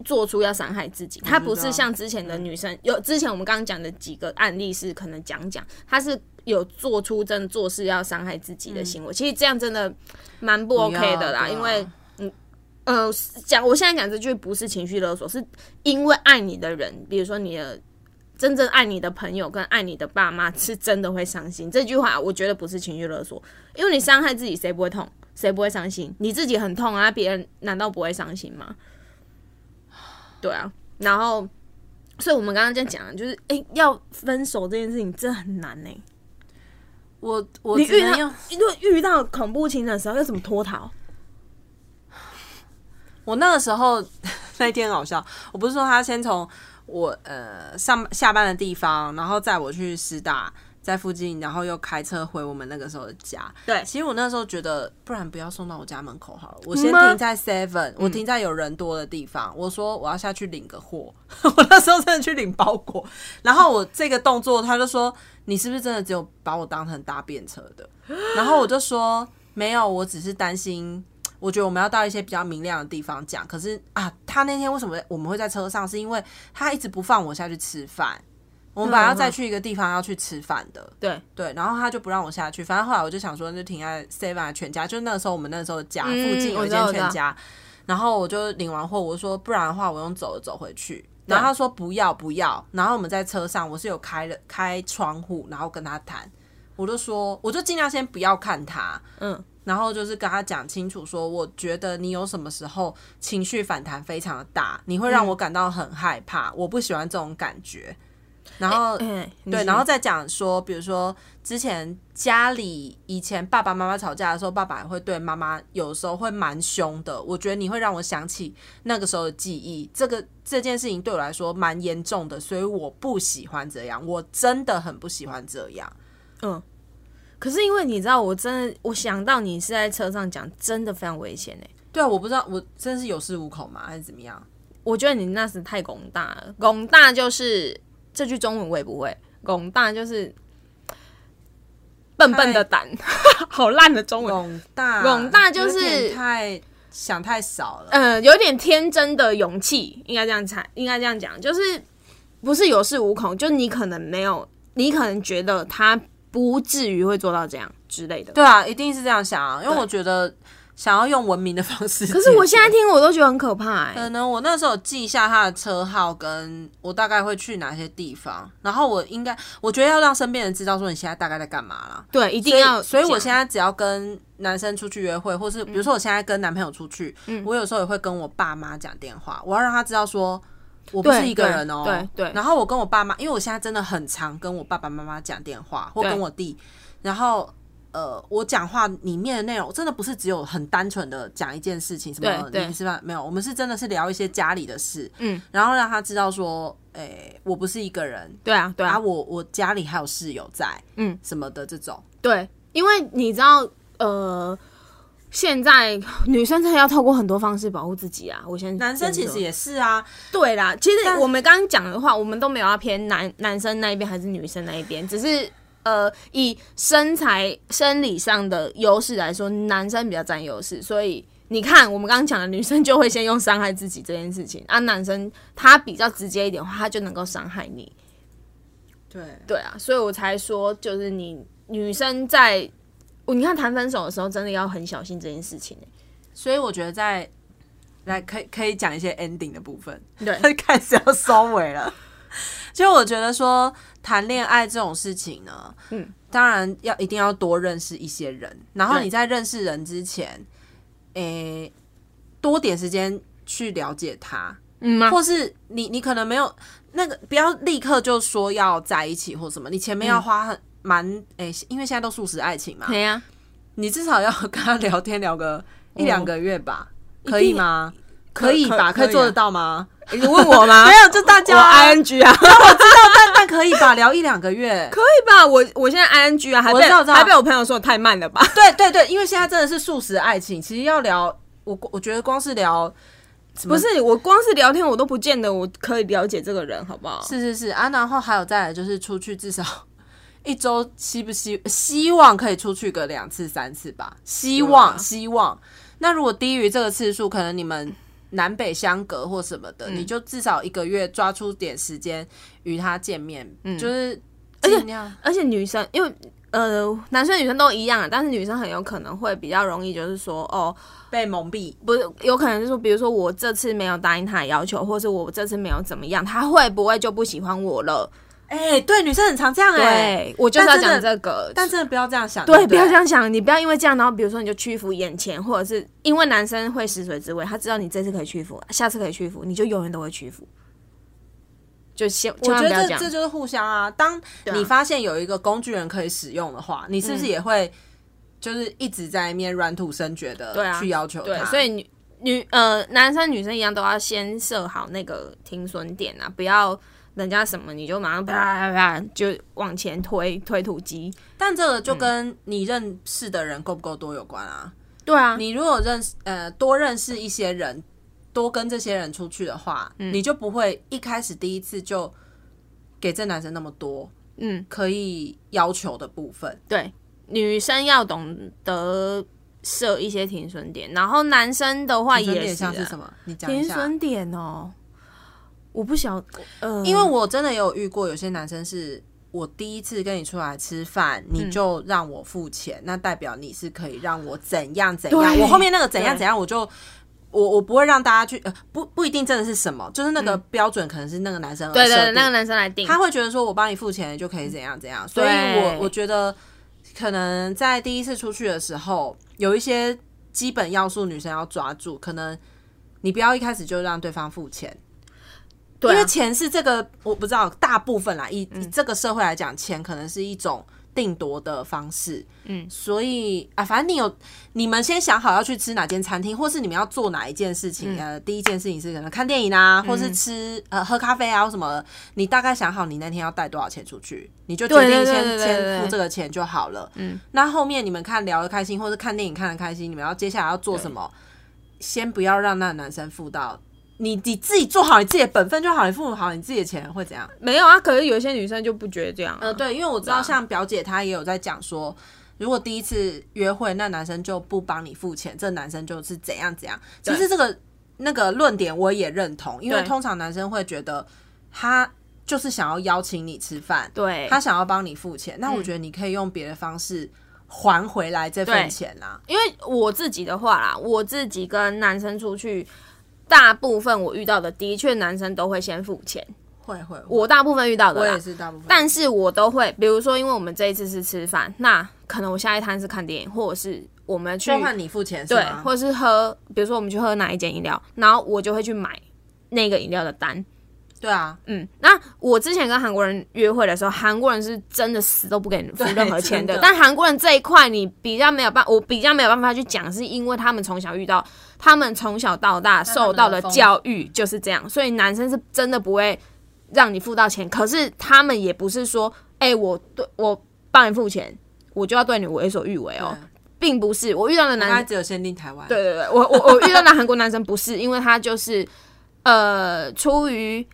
Speaker 2: 做出要伤害自己，她不是像之前的女生，有之前我们刚刚讲的几个案例是可能讲讲，她是有做出真的做事要伤害自己的行为，其实这样真的蛮不
Speaker 1: 不要
Speaker 2: OK 的啦，
Speaker 1: 对啊
Speaker 2: 因为呃，讲我现在讲这句不是情绪勒索，是因为爱你的人，比如说你的真正爱你的朋友跟爱你的爸妈，是真的会伤心。这句话我觉得不是情绪勒索，因为你伤害自己，谁不会痛？谁不会伤心？你自己很痛啊，别人难道不会伤心吗？ <sighs> 对啊，然后，所以我们刚刚在讲的，就是哎、诶要分手这件事情真的很难呢、
Speaker 1: 我我
Speaker 2: 你
Speaker 1: 只
Speaker 2: 遇
Speaker 1: 能
Speaker 2: 到
Speaker 1: 用
Speaker 2: 如果遇到恐怖情人的时候，要怎么脱逃？
Speaker 1: 我那个时候 <laughs> 那一天很好笑，我不是说他先从我呃上下班的地方，然后载我去师大，在附近，然后又开车回我们那个时候的家。
Speaker 2: 对
Speaker 1: 其实我那时候觉得，不然不要送到我家门口好了，我先
Speaker 2: 嗯吗嗯
Speaker 1: 停在 Seven，我停在有人多的地方。我说我要下去领个货， <laughs> 我那时候真的去领包裹，然后我这个动作，他就说你是不是真的只有把我当成搭便车的？然后我就说没有，我只是担心。我觉得我们要到一些比较明亮的地方讲。可是啊，他那天为什么我们会在车上？是因为他一直不放我下去吃饭。我们本来要再去一个地方要去吃饭的，
Speaker 2: 对，
Speaker 1: 对，然后他就不让我下去。反正后来我就想说，就停在 Seven 啊全家，就是那个时候我们那时候家附
Speaker 2: 嗯
Speaker 1: 近有
Speaker 2: 我
Speaker 1: 一
Speaker 2: 知道
Speaker 1: 间
Speaker 2: 我知
Speaker 1: 全
Speaker 2: 道
Speaker 1: 家，然后我就领完货，我说不然的话我用走的走回去。然后他说不要不要，然后我们在车上我是有开了开窗户，然后跟他谈，我就说我就尽量先不要看他，
Speaker 2: 嗯，
Speaker 1: 然后就是跟他讲清楚说，我觉得你有什么时候情绪反弹非常的大，你会
Speaker 2: 嗯
Speaker 1: 让我感到很害怕，我不喜欢这种感觉。然后、
Speaker 2: 哎，
Speaker 1: 对，然后再讲说，比如说之前家里以前爸爸妈妈吵架的时候，爸爸也会对妈妈有时候会蛮凶的。我觉得你会让我想起那个时候的记忆，这个这件事情对我来说蛮严重的，所以我不喜欢这样，我真的很不喜欢这样。
Speaker 2: 可是因为你知道，我真的我想到你是在车上讲，真的非常危险哎、
Speaker 1: 对啊，我不知道我真是有恃无恐吗，还是怎么样？
Speaker 2: 我觉得你那时太拱大了，拱大就是这句中文我也不会，拱大就是笨笨的胆，
Speaker 1: <laughs>
Speaker 2: 好烂的中文。
Speaker 1: 广大
Speaker 2: 广大就是
Speaker 1: 有点太想太少了，
Speaker 2: 呃，有点天真的勇气，应该这样才应该这样讲，就是不是有恃无恐，就你可能没有，你可能觉得他不至于会做到这样之类的。
Speaker 1: 对啊，一定是这样想啊，因为
Speaker 2: 对
Speaker 1: 我觉得想要用文明的方式解决。呃
Speaker 2: 可是我现在听我都觉得很可怕哎、
Speaker 1: 可能我那时候有记一下他的车号，跟我大概会去哪些地方，然后我应该，我觉得要让身边人知道说你现在大概在干嘛啦。
Speaker 2: 对，一定
Speaker 1: 所以
Speaker 2: 要
Speaker 1: 所以我
Speaker 2: 讲
Speaker 1: 现在只要跟男生出去约会，或是比如说我现在跟男朋友出去，
Speaker 2: 嗯
Speaker 1: 我有时候也会跟我爸妈讲电话，我要让他知道说我不
Speaker 2: 对
Speaker 1: 是一个人哦、
Speaker 2: 对对对
Speaker 1: 然后我跟我爸妈，因为我现在真的很常跟我爸爸妈妈讲电话，或
Speaker 2: 对
Speaker 1: 跟我弟，然后。呃，我讲话里面的内容真的不是只有很单纯的讲一件事情，什么
Speaker 2: 对对
Speaker 1: 你是吧？没有，我们是真的是聊一些家里的事，
Speaker 2: 嗯，
Speaker 1: 然后让他知道说，诶、我不是一个人，
Speaker 2: 对啊对啊
Speaker 1: 啊，我我家里还有室友在，
Speaker 2: 嗯，
Speaker 1: 什么的这种，
Speaker 2: 对，因为你知道，呃，现在女生真的要透过很多方式保护自己啊。我先
Speaker 1: 男生其
Speaker 2: 先
Speaker 1: 实
Speaker 2: 说
Speaker 1: 也是啊，
Speaker 2: 对啦，其实
Speaker 1: 但
Speaker 2: 我们刚刚讲的话，我们都没有要偏男男生那一边还是女生那一边，只是呃，以身材生理上的优势来说，男生比较占优势，所以你看我们刚刚讲的，女生就会先用伤害自己这件事情，啊，男生他比较直接一点的话，他就能够伤害你，
Speaker 1: 对，
Speaker 2: 对啊，所以我才说，就是你女生在，哦你看谈分手的时候，真的要很小心这件事情、欸
Speaker 1: 所以我觉得在来可以可以讲一些 ending 的部分， <laughs>
Speaker 2: 对，
Speaker 1: 开始要收尾了。就我觉得说谈恋爱这种事情呢，
Speaker 2: 嗯，
Speaker 1: 当然要一定要多认识一些人，然后
Speaker 2: 对
Speaker 1: 你在认识人之前，诶、多点时间去了解他，
Speaker 2: 嗯吗？
Speaker 1: 或是你你可能没有那个，不要立刻就说要在一起或什么，你前面要花很蛮诶、因为现在都素食爱情嘛，
Speaker 2: 对呀、
Speaker 1: 你至少要跟他聊天聊个一两个月吧，可以吗？
Speaker 2: 可
Speaker 1: 哦可以吧？
Speaker 2: 可以啊
Speaker 1: 可以做得到吗？
Speaker 2: 你问我 <laughs>
Speaker 1: <laughs>
Speaker 2: 吗？
Speaker 1: 没有，就 <laughs> 大家
Speaker 2: 我
Speaker 1: 啊
Speaker 2: ing
Speaker 1: <laughs>
Speaker 2: 啊，
Speaker 1: 但但可以吧？聊一两个月，
Speaker 2: 可以吧？我我现在 ing 啊，还
Speaker 1: 我
Speaker 2: 被
Speaker 1: 知道我知道
Speaker 2: 还被我朋友说我太慢了吧？
Speaker 1: 对对对，因为现在真的是素食爱情，其实要聊，我我觉得光是聊，什么
Speaker 2: 不是，我光是聊天我都不见得我可以了解这个人，好不好？
Speaker 1: 是是是啊，然后还有再来就是出去至少 <laughs> 一周，希不希希望可以出去个两次三次吧？希望、
Speaker 2: 对啊
Speaker 1: 希望。那如果低于这个次数，可能你们南北相隔或什么的，
Speaker 2: 嗯
Speaker 1: 你就至少一个月抓出点时间与他见面，就是尽量
Speaker 2: 嗯而且女生因为呃，男生女生都一样啊，但是女生很有可能会比较容易，就是说哦，
Speaker 1: 被蒙蔽。
Speaker 2: 不是，有可能是说，比如说我这次没有答应他的要求，或是我这次没有怎么样，他会不会就不喜欢我了？
Speaker 1: 哎、对，女生很常这样哎、
Speaker 2: 对，我就是要
Speaker 1: 但真
Speaker 2: 讲
Speaker 1: 的
Speaker 2: 这个，
Speaker 1: 但真的不要这样想，
Speaker 2: 对，
Speaker 1: 对，
Speaker 2: 不要这。样想，你不要因为这样，然后比如说你就屈服眼前，或者是因为男生会食髓知味，他知道你这次可以屈服，下次可以屈服，你就永远都会屈服。就先千
Speaker 1: 我
Speaker 2: 万
Speaker 1: 觉
Speaker 2: 不要
Speaker 1: 得
Speaker 2: 这
Speaker 1: 这
Speaker 2: 样
Speaker 1: 这，就是互相啊。当你发现有一个工具人可以使用的话，你是
Speaker 2: 嗯
Speaker 1: 不是也会就是一直在面软土生觉
Speaker 2: 对啊
Speaker 1: 的去要求
Speaker 2: 对
Speaker 1: 他？，
Speaker 2: 所以女女呃男生女生一样都要先设好那个停损点啊，不要人家什么你就马上啪啪啪啪就往前推推土机。
Speaker 1: 但这个就跟你认识的人够不够多有关啊。
Speaker 2: 对啊，
Speaker 1: 你如果认识呃多认识一些人，多跟这些人出去的话，
Speaker 2: 嗯
Speaker 1: 你就不会一开始第一次就给这男生那么多
Speaker 2: 嗯，
Speaker 1: 可以要求的部分。
Speaker 2: 对，女生要懂得设一些停损点，然后男生的话
Speaker 1: 有
Speaker 2: 也
Speaker 1: 点
Speaker 2: 是、啊、
Speaker 1: 像是什么？你讲一
Speaker 2: 停
Speaker 1: 下。
Speaker 2: 损点哦，我不晓，呃，
Speaker 1: 因为我真的有遇过有些男生是。我第一次跟你出来吃饭，
Speaker 2: 嗯
Speaker 1: 你就让我付钱，那代表你是可以让我怎样怎样。
Speaker 2: 对
Speaker 1: 我后面那个怎样
Speaker 2: 对
Speaker 1: 怎样，我就我我不会让大家去，呃，不不一定真的是什么，就是那个标准可能是那个男生而
Speaker 2: 嗯对对
Speaker 1: 设
Speaker 2: 对，
Speaker 1: 定
Speaker 2: 那个男生来定，
Speaker 1: 他会觉得说我帮你付钱就可以怎样怎样，所以
Speaker 2: 对
Speaker 1: 我我觉得可能在第一次出去的时候，有一些基本要素女生要抓住，可能你不要一开始就让对方付钱，
Speaker 2: 对
Speaker 1: 因
Speaker 2: 啊、嗯
Speaker 1: 为钱是这个我不知道，大部分啦，以以这个社会来讲，钱可能是一种定夺的方式。嗯，所以啊，反正你有你们先想好要去吃哪间餐厅，或是你们要做哪一件事
Speaker 2: 嗯
Speaker 1: 情。呃，第一件事情是可能看电影啊，或是吃呃喝咖啡啊或什么的。你大概想好你那天要带多少钱出去，你就决
Speaker 2: 对
Speaker 1: 定
Speaker 2: 对对
Speaker 1: 先
Speaker 2: 对对对
Speaker 1: 先付这个钱就好了。嗯，那后面你们看聊得开心，或是看电影看得开心，你们要接下来要做什么？先不要让那个男生付到你你自己做好你自己的本分就好，你付好你自己的钱会怎样？
Speaker 2: 没有啊，可是有一些女生就不觉得这样、啊，
Speaker 1: 呃，对，因为我知道像表姐她也有在讲说，如果第一次约会那男生就不帮你付钱，这男生就是怎样怎样。其实这个那个论点我也认同，因为
Speaker 2: 对
Speaker 1: 通常男生会觉得他就是想要邀请你吃饭，
Speaker 2: 对，嗯
Speaker 1: 他想要帮你付钱，那我觉得你可以用别的方式还回来这
Speaker 2: 对
Speaker 1: 份钱啊啦、
Speaker 2: 因为我自己的话啦，我自己跟男生出去，大部分我遇到的的确男生都会先付钱，
Speaker 1: 会会，我
Speaker 2: 我大部分遇到的
Speaker 1: 我
Speaker 2: 啦
Speaker 1: 也是大部分，
Speaker 2: 但是我都会，比如说，因为我们这一次是吃饭，那可能我下一摊是看电影，或者是我们去
Speaker 1: 就换你付钱是
Speaker 2: 对，
Speaker 1: 吗？
Speaker 2: 或者是喝，比如说我们去喝哪一间饮料，然后我就会去买那个饮料的单。
Speaker 1: 对啊，
Speaker 2: 嗯，那我之前跟韩国人约会的时候，韩国人是真的死都不给你付
Speaker 1: 对
Speaker 2: 任何钱
Speaker 1: 真
Speaker 2: 的。
Speaker 1: 的
Speaker 2: 但韩国人这一块，你比较没有办，我比较没有办法去讲，是因为他们从小遇到，他们从小到大
Speaker 1: 他们
Speaker 2: 受到
Speaker 1: 的
Speaker 2: 的
Speaker 1: 风
Speaker 2: 教育就是这样，所以男生是真的不会让你付到钱。可是他们也不是说，哎、我对我帮你付钱，我就要对你为所欲为哦，并不是。我遇到的男
Speaker 1: 大概只有限定台湾。
Speaker 2: 对对对，我我我遇到的韩国男生不是，因为他就是呃，出于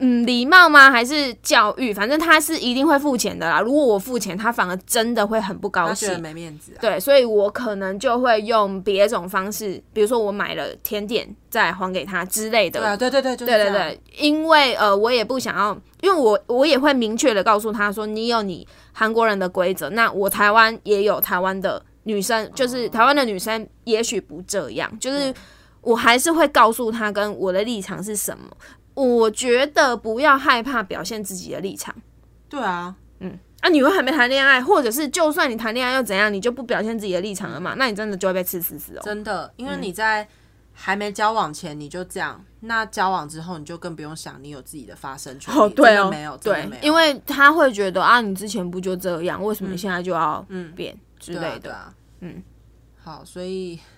Speaker 2: 嗯，礼貌吗？还是教育？反正他是一定会付钱的啦。如果我付钱，他反而真的会很不高
Speaker 1: 他觉得
Speaker 2: 兴。
Speaker 1: 没面子啊。
Speaker 2: 对，所以我可能就会用别种方式，比如说我买了甜点再还给他之类的。
Speaker 1: 对啊，对对对，就是
Speaker 2: 对对
Speaker 1: 这样，
Speaker 2: 对，因为呃，我也不想要，因为我我也会明确的告诉他说，你有你韩国人的规则，那我台湾也有台湾的女生，
Speaker 1: 哦
Speaker 2: 就是台湾的女生也许不这样，就是我还是会告诉他跟我的立场是什么。我觉得不要害怕表现自己的立场
Speaker 1: 对啊，
Speaker 2: 啊！你又还没谈恋爱，或者是就算你谈恋爱又怎样，你就不表现自己的立场了嘛？那你真的就会被吃死死哦。
Speaker 1: 真的，因为你在还没交往前你就这样，那交往之后你就更不用想你有自己的发声权利。
Speaker 2: 哦，对
Speaker 1: 真
Speaker 2: 哦，
Speaker 1: 的没有，真
Speaker 2: 对
Speaker 1: 的没，有，
Speaker 2: 因为他会觉得啊，你之前不就这样，为什么现在就要变之
Speaker 1: 对啊
Speaker 2: 类
Speaker 1: 对
Speaker 2: 的？
Speaker 1: 啊，
Speaker 2: 嗯，
Speaker 1: 好，所以 <laughs>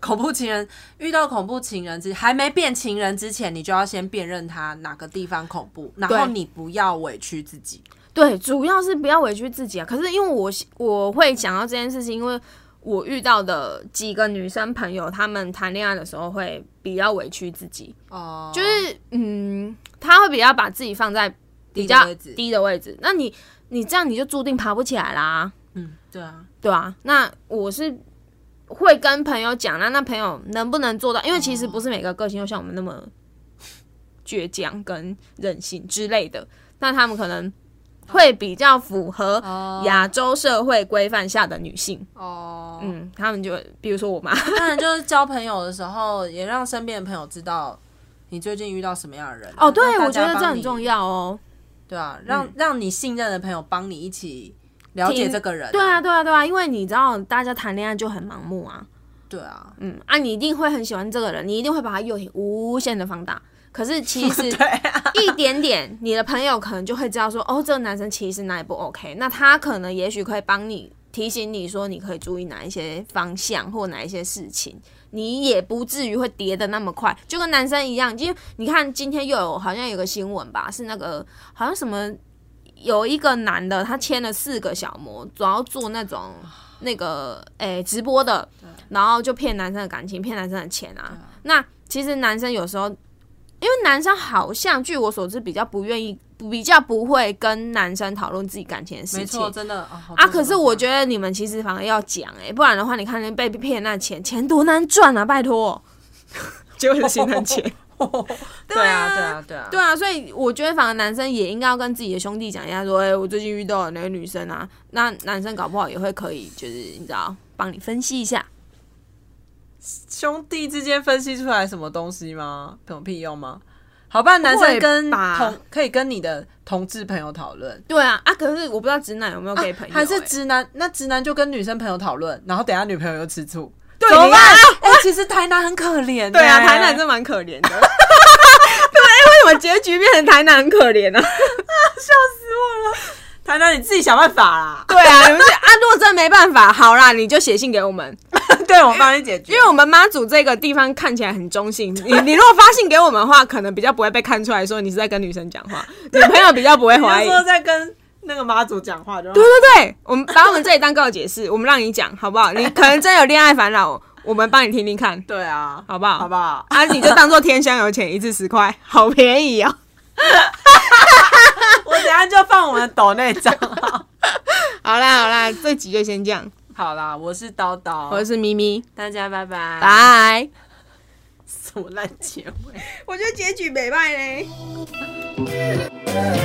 Speaker 1: 恐怖情人遇到恐怖情人之还没变情人之前，你就要先辨认他哪个地方恐怖，然后
Speaker 2: 对
Speaker 1: 你不要委屈自己。
Speaker 2: 对，主要是不要委屈自己啊。可是因为我我会讲到这件事情，因为我遇到的几个女生朋友，她们谈恋爱的时候会比较委屈自己，
Speaker 1: 哦、
Speaker 2: 就。是嗯，她会比较把自己放在比
Speaker 1: 低
Speaker 2: 较
Speaker 1: 的位置
Speaker 2: 低的位置。那你你这样你就注定爬不起来啦。
Speaker 1: 嗯，对啊，
Speaker 2: 对啊，那我是会跟朋友讲啦，那朋友能不能做到？因为其实不是每个个性都像我们那么倔强跟任性之类的，那他们可能会比较符合
Speaker 1: 哦
Speaker 2: 亚洲社会规范下的女性。
Speaker 1: 哦，
Speaker 2: 嗯，他们就比如说我妈，
Speaker 1: 当然就是交朋友的时候，也让身边的朋友知道你最近遇到什么样的人啊。
Speaker 2: 哦，对，
Speaker 1: 那大
Speaker 2: 我觉
Speaker 1: 家
Speaker 2: 得这
Speaker 1: 帮
Speaker 2: 很
Speaker 1: 你
Speaker 2: 重。要哦。
Speaker 1: 对啊，让、让你信任的朋友帮你一起了解
Speaker 2: 听
Speaker 1: 这个人、
Speaker 2: 对啊，，对啊，对啊，因为你知道大家谈恋爱就很盲目啊，
Speaker 1: 对啊，
Speaker 2: 嗯啊，你一定会很喜欢这个人，你一定会把他诱引无限的放大。可是其 <laughs> 实
Speaker 1: 对啊，
Speaker 2: 一点点，你的朋友可能就会知道说，哦，这个男生其实哪里不 OK，那他可能也许可以帮你提醒你说，你可以注意哪一些方向或哪一些事情，你也不至于会跌的那么快，就跟男生一样，因为你看今天又有好像有个新闻吧，是那个好像什么有一个男的他签了四个小模，主要做那种。那个诶、直播的，然后就骗男生的感情，骗男生的钱啊。那其实男生有时候因为男生好像据我所知比较不愿意，比较不会跟男生讨论自己感情的
Speaker 1: 没
Speaker 2: 事情
Speaker 1: 错，。真的啊
Speaker 2: 啊，可是我觉
Speaker 1: 得
Speaker 2: 得你们其实反而要讲哎、不然的话，你看人被骗那钱，钱多难赚啊，拜托， <laughs> 就是心疼钱。
Speaker 1: <laughs> 对啊，对啊，对啊，
Speaker 2: <laughs> 对啊，所以我觉得反而男生也应该要跟自己的兄弟讲一下，说，哎、我最近遇到了那个女生啊，那男生搞不好也会可以，就是你知道，帮你分析一下。
Speaker 1: 兄弟之间分析出来什么东西吗？有屁用吗？好吧，男生跟
Speaker 2: 会吧
Speaker 1: 同可以跟你的同志朋友讨论，
Speaker 2: 对啊，啊，可是我不知道直男有
Speaker 1: 啊
Speaker 2: 没有给朋友、
Speaker 1: 还是
Speaker 2: 欸
Speaker 1: 直男？那直男就跟女生朋友讨论，然后等下女朋友又吃醋，
Speaker 2: 对
Speaker 1: 怎么
Speaker 2: 你
Speaker 1: 办
Speaker 2: 看？
Speaker 1: 哎、其实台南很可怜、欸
Speaker 2: 对啊，台南真蛮可怜的。
Speaker 1: <laughs>
Speaker 2: 对，为什么结局变成台南很可怜啊呢、
Speaker 1: 台南你自己想办法啦，
Speaker 2: <laughs> 对啊，你们是啊，如果真没办法，好啦，你就写信给我们，
Speaker 1: 对我帮你解决
Speaker 2: 因。为我们妈祖这个地方看起来很中性。你你如果发信给我们的话，可能比较不会被看出来说你是在跟女生讲话， <laughs> 女朋友比较不会
Speaker 1: <laughs>
Speaker 2: 怀
Speaker 1: 你
Speaker 2: 疑
Speaker 1: 就。说在跟那个妈祖讲话就好
Speaker 2: 对对对，我们把我们这里当告解室，我们让你讲好不好？你可能真有恋爱烦恼，我们帮你听听看，
Speaker 1: 对啊，
Speaker 2: 好不好？
Speaker 1: 好不好？
Speaker 2: 啊，你就当做天香油钱，一次十块，好便宜哦。 <laughs>
Speaker 1: 我等一下就放我们的抖内账号。
Speaker 2: 好啦好啦，这集就先这样。
Speaker 1: 好啦，我是叨叨，
Speaker 2: 我是咪咪，
Speaker 1: 大家拜拜。
Speaker 2: 拜。
Speaker 1: 什么烂结尾？
Speaker 2: 我觉得结局美败嘞。